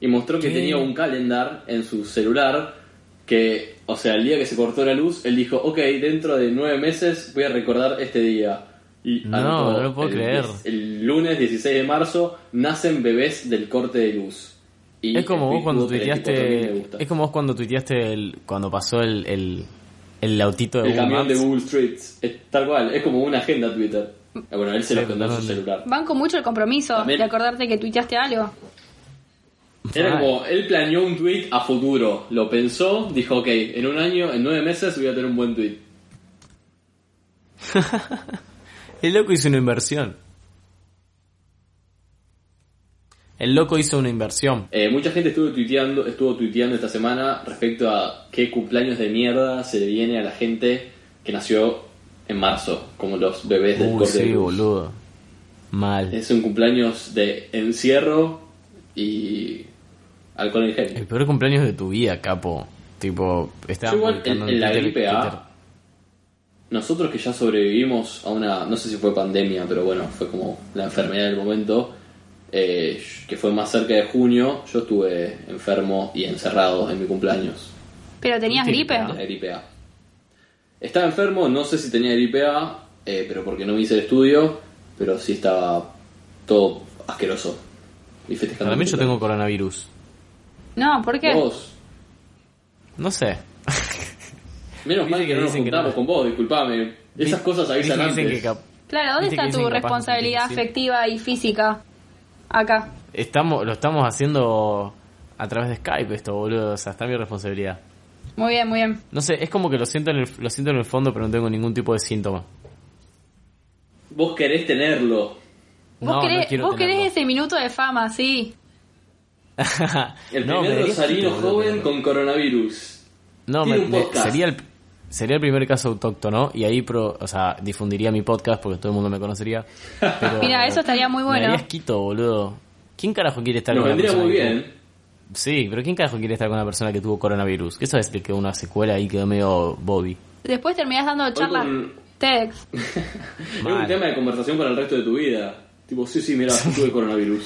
Speaker 1: Y mostró que
Speaker 2: ¿Qué?
Speaker 1: tenía un calendar en su celular que, o sea, el día que se cortó la luz, él dijo, ok, dentro de nueve meses voy a recordar este día. Y
Speaker 2: Ah, No,
Speaker 1: anotó
Speaker 2: no lo puedo
Speaker 1: el
Speaker 2: creer.
Speaker 1: 10 el lunes 16 de marzo nacen bebés del corte de luz. Y
Speaker 2: Es como
Speaker 1: el
Speaker 2: vos cuando
Speaker 1: tweet tuvo 34.000 me
Speaker 2: tuiteaste.
Speaker 1: gusta.
Speaker 2: Es como vos cuando tuiteaste el, cuando pasó el, el, el autito de
Speaker 1: el
Speaker 2: Google
Speaker 1: camión de
Speaker 2: Maps.
Speaker 1: Google Street. Es tal cual, es como una agenda Twitter. Ah, Bueno, él se lo
Speaker 2: Sí,
Speaker 1: escondió en su
Speaker 2: totalmente.
Speaker 1: celular.
Speaker 3: banco mucho el compromiso
Speaker 1: También.
Speaker 3: de acordarte que tuiteaste algo.
Speaker 1: Era
Speaker 2: Ah.
Speaker 1: como, él planeó un tweet a futuro, lo pensó, dijo, ok, en un año, en nueve meses voy a tener un buen tweet.
Speaker 2: El loco hizo una inversión. El loco hizo una inversión.
Speaker 1: Eh, mucha gente estuvo tuiteando, estuvo tuiteando esta semana respecto a qué cumpleaños de mierda se le viene a la gente que nació en marzo, como los bebés del
Speaker 2: Uy,
Speaker 1: corte de
Speaker 2: sí,
Speaker 1: luz.
Speaker 2: boludo. Mal.
Speaker 1: Es un cumpleaños de encierro y alcohol en
Speaker 2: El
Speaker 1: gel.
Speaker 2: peor cumpleaños de tu vida, capo. Tipo, estaba
Speaker 1: Yo igual en,
Speaker 2: publicando
Speaker 1: en la
Speaker 2: Twitter-
Speaker 1: gripe ah,
Speaker 2: Twitter.
Speaker 1: A, nosotros que ya sobrevivimos a una, no sé si fue pandemia, pero bueno, fue como la enfermedad del momento, eh, que fue más cerca de junio, yo estuve enfermo y encerrado en mi cumpleaños.
Speaker 3: Pero tenías
Speaker 2: Sí,
Speaker 3: gripe.
Speaker 2: claro.
Speaker 1: Tenía gripe A. Estaba enfermo, no sé si tenía gripe A, eh, pero porque no me hice el estudio, pero sí estaba todo asqueroso. Y festejando.
Speaker 2: Para mí
Speaker 1: mi
Speaker 2: yo tengo coronavirus.
Speaker 3: No, ¿por qué?
Speaker 1: Vos,
Speaker 2: No sé.
Speaker 1: menos mal que
Speaker 2: Viste que
Speaker 1: no nos
Speaker 2: dicen que
Speaker 1: juntamos
Speaker 2: no.
Speaker 1: con vos, disculpame. Esas cosas avisan
Speaker 2: Dicen- dicen
Speaker 1: antes.
Speaker 2: que cap-
Speaker 3: Claro, ¿dónde
Speaker 2: Viste que
Speaker 3: está tu
Speaker 2: dicen que capaz
Speaker 3: responsabilidad
Speaker 2: no tiene que ser.
Speaker 3: afectiva y física? Acá.
Speaker 2: estamos, lo estamos haciendo a través de Skype esto, boludo. O sea, está mi responsabilidad.
Speaker 3: Muy bien, muy bien.
Speaker 2: No sé, es como que lo siento en el, lo siento en el fondo, pero no tengo ningún tipo de síntoma.
Speaker 1: Vos querés tenerlo.
Speaker 3: Vos
Speaker 2: no,
Speaker 3: querés,
Speaker 2: no quiero
Speaker 3: vos querés
Speaker 2: tenerlo.
Speaker 3: ese minuto de fama, sí.
Speaker 1: El
Speaker 2: No, me
Speaker 1: primer
Speaker 2: daría
Speaker 1: rosarino
Speaker 2: asquito, boludo,
Speaker 1: joven
Speaker 2: tenerlo.
Speaker 1: con coronavirus.
Speaker 2: No,
Speaker 1: Tiene
Speaker 2: me-
Speaker 1: un
Speaker 2: me-
Speaker 1: podcast.
Speaker 2: sería el sería el primer caso autóctono y ahí pro, o sea, difundiría mi podcast porque todo el mundo me conocería. Pero
Speaker 3: Mira, eso estaría muy
Speaker 2: Me
Speaker 3: bueno.
Speaker 2: daría asquito, boludo. ¿Quién carajo quiere estar
Speaker 1: Nos
Speaker 2: con una
Speaker 1: vendría
Speaker 2: persona
Speaker 1: muy
Speaker 2: que tuvo-
Speaker 1: bien.
Speaker 2: Sí, pero ¿quién carajo quiere estar con una persona que tuvo coronavirus? Que eso es que quedó una secuela y quedó medio Bobby.
Speaker 3: Después terminás dando charlas
Speaker 1: con-
Speaker 3: TEDx.
Speaker 1: Es
Speaker 2: Mal.
Speaker 1: un tema de conversación para el resto de tu vida. Tipo, sí, sí, mira, tuve coronavirus.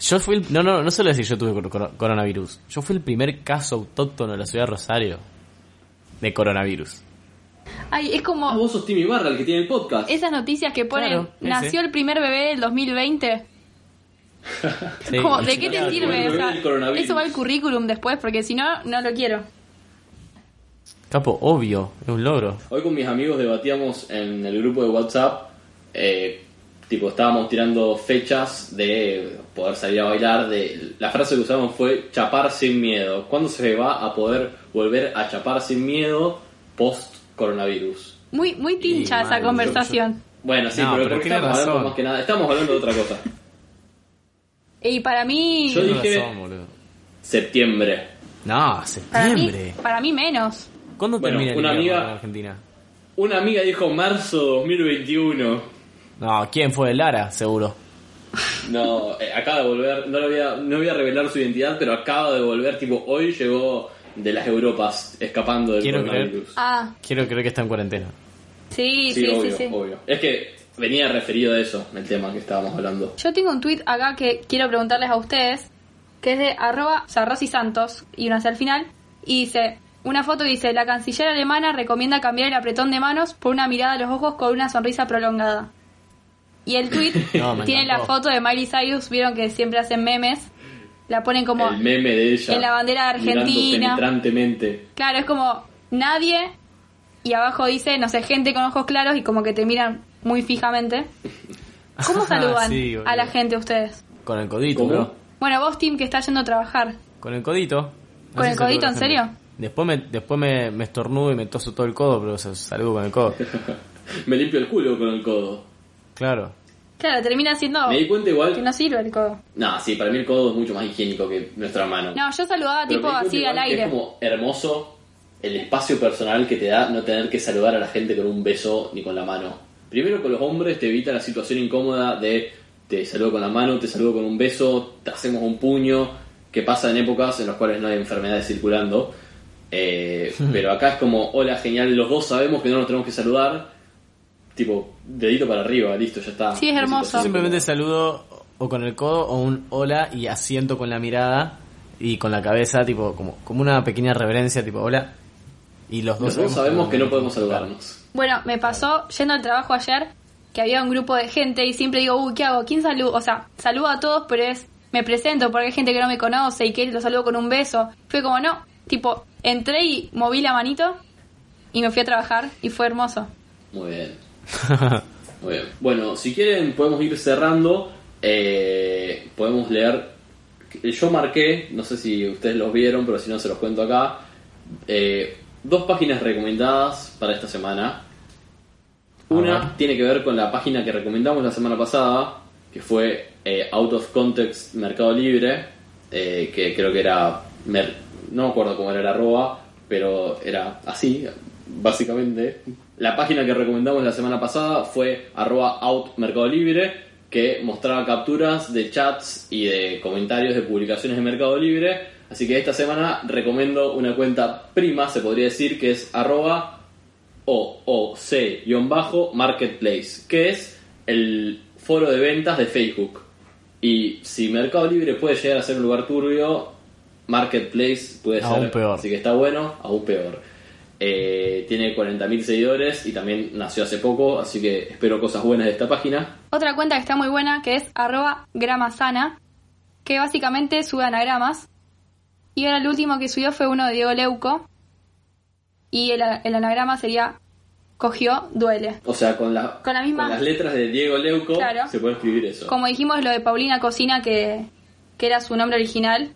Speaker 2: Yo fui el, no, no, no solo decir yo tuve cor- cor- coronavirus. Yo fui el primer caso autóctono de la ciudad de Rosario de coronavirus.
Speaker 3: Ay, es
Speaker 1: Ah,
Speaker 3: como
Speaker 1: vos sos Timmy Barra, el que tiene el podcast.
Speaker 3: esas noticias que ponen.
Speaker 2: Claro, ese.
Speaker 3: Nació el primer bebé del
Speaker 2: Sí.
Speaker 3: 2020. Como, ¿De qué te
Speaker 1: Claro,
Speaker 3: sirve?
Speaker 1: el
Speaker 3: O sea,
Speaker 1: bebé del coronavirus.
Speaker 3: eso va al currículum después, porque si no, no lo quiero.
Speaker 2: Capo, obvio, es un logro.
Speaker 1: Hoy con mis amigos debatíamos en el grupo de WhatsApp, eh, tipo estábamos tirando fechas de poder salir a bailar, de la frase que usamos fue chapar sin miedo. ¿Cuándo se va a poder volver a chapar sin miedo post coronavirus?
Speaker 3: Muy, muy tincha
Speaker 2: mal,
Speaker 3: esa
Speaker 2: yo-
Speaker 3: conversación.
Speaker 1: Bueno, sí,
Speaker 2: No,
Speaker 1: pero,
Speaker 2: pero
Speaker 1: ¿por qué
Speaker 2: tiene
Speaker 1: estamos hablando
Speaker 2: razón.
Speaker 1: más que nada? Estamos hablando de otra cosa.
Speaker 3: Y para mí,
Speaker 1: Yo
Speaker 2: Tienes
Speaker 1: dije-
Speaker 2: razón, boludo.
Speaker 1: Septiembre.
Speaker 2: No,
Speaker 3: para mí,
Speaker 2: septiembre.
Speaker 3: para mí menos.
Speaker 2: ¿Cuándo
Speaker 1: Bueno,
Speaker 2: termina el
Speaker 1: una
Speaker 2: invierno
Speaker 1: amiga-
Speaker 2: en Argentina?
Speaker 1: Una amiga dijo marzo 2021.
Speaker 2: No, ¿quién fue? Lara, seguro.
Speaker 1: No, eh, acaba de volver, no, lo voy a, no voy a revelar su identidad, pero acaba de volver, tipo, hoy llegó de las Europas, escapando del
Speaker 2: Quiero
Speaker 1: coronavirus.
Speaker 3: Ah,
Speaker 2: Quiero creer que está en cuarentena.
Speaker 3: sí,
Speaker 1: Sí,
Speaker 3: sí, sí,
Speaker 1: obvio,
Speaker 3: sí.
Speaker 1: obvio. Es que venía referido a eso, el tema que estábamos hablando.
Speaker 3: Yo tengo un tweet acá que quiero preguntarles a ustedes, que es de arroba o sea, Rosy Santos, y una hacia el final, y dice, una foto dice, la canciller alemana recomienda cambiar el apretón de manos por una mirada a los ojos con una sonrisa prolongada. Y el tweet
Speaker 2: No, me
Speaker 3: tiene la
Speaker 2: encantó.
Speaker 3: foto de Miley Cyrus, vieron que siempre hacen memes, la ponen como...
Speaker 1: el meme de ella.
Speaker 3: en la bandera de
Speaker 1: mirando
Speaker 3: Argentina.
Speaker 1: penetrantemente.
Speaker 3: Claro, es como nadie, y abajo dice, no sé, gente con ojos claros y como que te miran muy fijamente. ¿Cómo
Speaker 2: Ah,
Speaker 3: saludan
Speaker 2: sí,
Speaker 3: a la
Speaker 2: boludo.
Speaker 3: gente ustedes?
Speaker 2: Con el codito,
Speaker 1: ¿Cómo?
Speaker 2: bro.
Speaker 3: Bueno, vos, Tim, que está yendo a trabajar.
Speaker 2: Con el codito.
Speaker 3: ¿Con
Speaker 2: Así saludo a
Speaker 3: el
Speaker 2: la
Speaker 3: codito, en
Speaker 2: gente.
Speaker 3: serio?
Speaker 2: Después me, después me, me estornudo y me toso todo el codo, pero se- saludo con el codo.
Speaker 1: Me limpio el culo con el codo.
Speaker 2: Claro.
Speaker 3: Claro, termina siendo
Speaker 1: Me di cuenta igual.
Speaker 3: que no sirve el codo.
Speaker 1: No, sí, para mí el codo es mucho más higiénico que nuestra mano.
Speaker 3: No, yo saludaba
Speaker 1: Pero me
Speaker 3: tipo
Speaker 1: di cuenta
Speaker 3: así
Speaker 1: igual
Speaker 3: al
Speaker 1: que
Speaker 3: aire.
Speaker 1: Es como hermoso el espacio personal que te da no tener que saludar a la gente con un beso ni con la mano. Primero con los hombres te evita la situación incómoda de te saludo con la mano, te saludo con un beso, te hacemos un puño, que pasa en épocas en las cuales no hay enfermedades circulando. Eh, pero acá es como, hola, genial, los dos sabemos que no nos tenemos que saludar. Tipo, dedito para arriba, listo, ya está.
Speaker 3: Sí, es
Speaker 1: La
Speaker 3: hermoso.
Speaker 2: Yo
Speaker 1: situación
Speaker 2: simplemente
Speaker 1: incómoda.
Speaker 2: saludo o con el codo o un hola y asiento con la mirada y con la cabeza, tipo, como, como una pequeña reverencia, tipo, hola. Y los dos
Speaker 1: Los dos sabemos que no podemos saludarnos.
Speaker 3: Bueno, me pasó yendo al trabajo ayer que había un grupo de gente y siempre digo, uy, ¿qué hago? ¿Quién saludo? O sea, saludo a todos, pero es, me presento porque hay gente que no me conoce y que lo saludo con un beso. Fue como, no, tipo, entré y moví la manito y me fui a trabajar y fue hermoso.
Speaker 1: Muy bien. Muy bien. Bueno, si quieren podemos ir cerrando. Eh, podemos leer Yo marqué, no sé si ustedes los vieron, pero si no se los cuento acá, eh, dos páginas recomendadas para esta semana. Una tiene que ver con la página que recomendamos la semana pasada, que fue eh, Out of Context Mercado Libre, eh, que creo que era, mer- no me acuerdo cómo era la arroba, pero era así, básicamente. La página que recomendamos la semana pasada fue arroba out Mercado Libre, que mostraba capturas de chats y de comentarios de publicaciones de Mercado Libre. Así que esta semana recomiendo una cuenta prima, se podría decir, que es arroba OOC-Marketplace, que es el foro de ventas de Facebook. Y si Mercado Libre puede llegar a ser un lugar turbio, Marketplace puede
Speaker 2: Aún
Speaker 1: ser.
Speaker 2: peor.
Speaker 1: Así que está bueno, aún peor. Eh, tiene 40.000 seguidores y también nació hace poco, así que espero cosas buenas de esta página.
Speaker 3: Otra cuenta que está muy buena que es arroba gramasana, que básicamente sube anagramas. Y ahora el último que subió fue uno de Diego Leuco. Y el, el anagrama sería cogió, duele.
Speaker 1: O sea, con, la-
Speaker 3: Con la misma-
Speaker 1: las letras de Diego Leuco
Speaker 3: Claro.
Speaker 1: se puede escribir eso.
Speaker 3: Como dijimos lo de Paulina Cocina, que, que era su nombre original,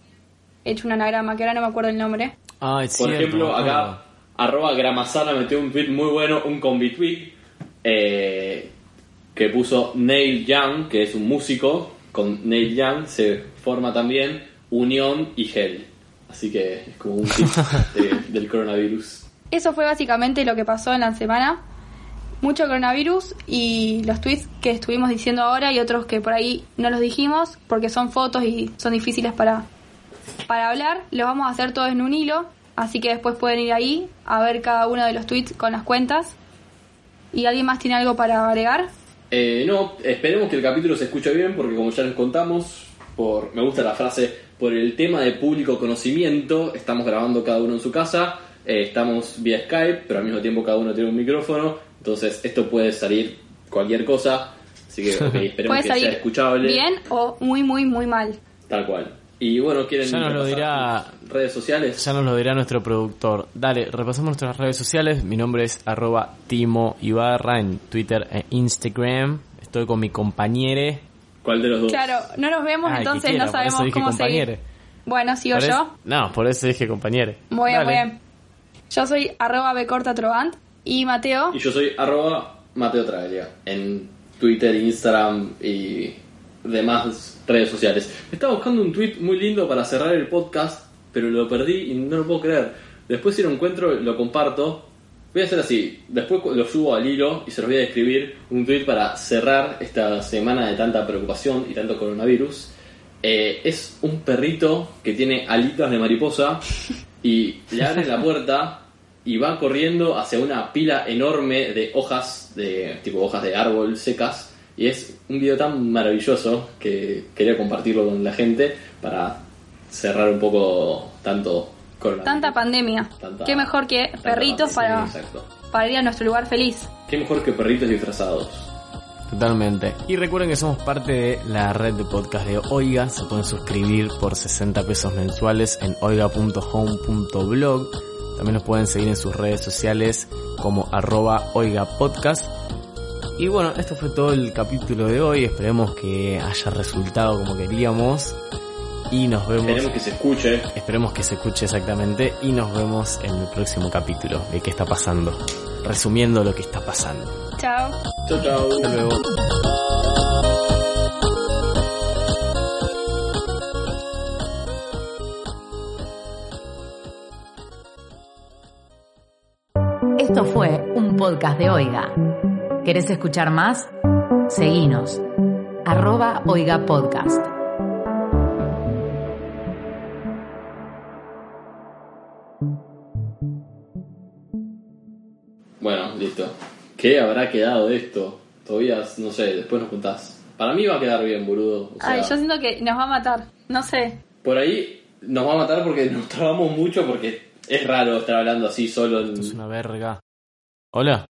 Speaker 3: hecho un anagrama, que ahora no me acuerdo el nombre.
Speaker 2: Ah, es
Speaker 1: Por
Speaker 2: cierto, me
Speaker 1: ejemplo,
Speaker 2: acuerdo.
Speaker 1: acá, arroba Gramasana metió un tweet muy bueno, un combi tweet, eh, que puso Neil Young, que es un músico, con Neil Young se forma también Unión y Gel. Así que es como un tip de- del coronavirus.
Speaker 3: Eso fue básicamente lo que pasó en la semana. Mucho coronavirus y los tweets que estuvimos diciendo ahora y otros que por ahí no los dijimos porque son fotos y son difíciles para, para hablar. Los vamos a hacer todos en un hilo, así que después pueden ir ahí a ver cada uno de los tweets con las cuentas. ¿Y alguien más tiene algo para agregar?
Speaker 1: Eh, no, esperemos que el capítulo se escuche bien, porque como ya les contamos, por, me gusta la frase, por el tema de público conocimiento, estamos grabando cada uno en su casa, eh, estamos vía Skype, pero al mismo tiempo cada uno tiene un micrófono, entonces esto puede salir cualquier cosa, así que ok, esperemos
Speaker 3: Puede
Speaker 1: que sea
Speaker 3: salir
Speaker 1: escuchable,
Speaker 3: bien o muy, muy, muy mal.
Speaker 1: tal cual. Y bueno, quieren
Speaker 2: Ya nos lo
Speaker 1: repasar
Speaker 2: dirá-
Speaker 1: sus redes sociales.
Speaker 2: Ya nos lo dirá nuestro productor. Dale, repasamos nuestras redes sociales. Mi nombre es arroba Timo Ibarra en Twitter e Instagram. Estoy con mi compañere.
Speaker 1: ¿Cuál de los dos?
Speaker 3: Claro, no nos vemos,
Speaker 2: Ah, el que
Speaker 3: entonces
Speaker 2: quiera,
Speaker 3: no
Speaker 2: por eso
Speaker 3: sabemos
Speaker 2: dije
Speaker 3: cómo seguir.
Speaker 2: compañere.
Speaker 3: Bueno, sigo
Speaker 2: Por
Speaker 3: yo.
Speaker 2: eso- No, por eso dije compañere.
Speaker 3: Muy
Speaker 2: Dale.
Speaker 3: bien, muy bien. Yo soy arroba bcortatrovant y Mateo.
Speaker 1: Y yo soy arroba Mateo Traglia en Twitter, Instagram y demás redes sociales. Estaba buscando un tweet muy lindo para cerrar el podcast, pero lo perdí y no lo puedo creer. Después si lo encuentro lo comparto. Voy a hacer así, después cu- lo subo al hilo y se los voy a escribir un tweet para cerrar esta semana de tanta preocupación y tanto coronavirus. Eh, es un perrito que tiene alitas de mariposa y le abren la puerta y va corriendo hacia una pila enorme de hojas, de tipo hojas de árbol secas. Y es un video tan maravilloso que quería compartirlo con la gente para cerrar un poco tanto coronavirus.
Speaker 3: Tanta pandemia.
Speaker 1: Tanta-
Speaker 3: Qué mejor que
Speaker 1: tanta
Speaker 3: perritos
Speaker 1: pandemia,
Speaker 3: para,
Speaker 1: Exacto.
Speaker 3: para ir a nuestro lugar feliz.
Speaker 1: Qué mejor que perritos disfrazados.
Speaker 2: Totalmente. Y recuerden que somos parte de la red de podcast de Oiga. Se pueden suscribir por 60 pesos mensuales en oiga.home.blog. También nos pueden seguir en sus redes sociales como arroba oigapodcast. Y bueno, esto fue todo el capítulo de hoy. Esperemos que haya resultado como queríamos. Y nos vemos.
Speaker 1: Esperemos que se escuche.
Speaker 2: Esperemos que se escuche exactamente. Y nos vemos en el próximo capítulo de qué está pasando. Resumiendo lo que está pasando.
Speaker 3: Chao.
Speaker 1: Chao, chao.
Speaker 2: Hasta luego.
Speaker 4: Esto fue un podcast de Oiga. ¿Querés escuchar más? Seguinos. Arroba Oiga Podcast.
Speaker 1: Bueno, listo. ¿Qué habrá quedado de esto? Todavía, no sé, después nos contás. Para mí va a quedar bien, boludo. O sea,
Speaker 3: Ay, yo siento que nos va a matar. No sé.
Speaker 1: Por ahí nos va a matar porque nos trabamos mucho porque es raro estar hablando así solo en...
Speaker 2: Es una verga. Hola.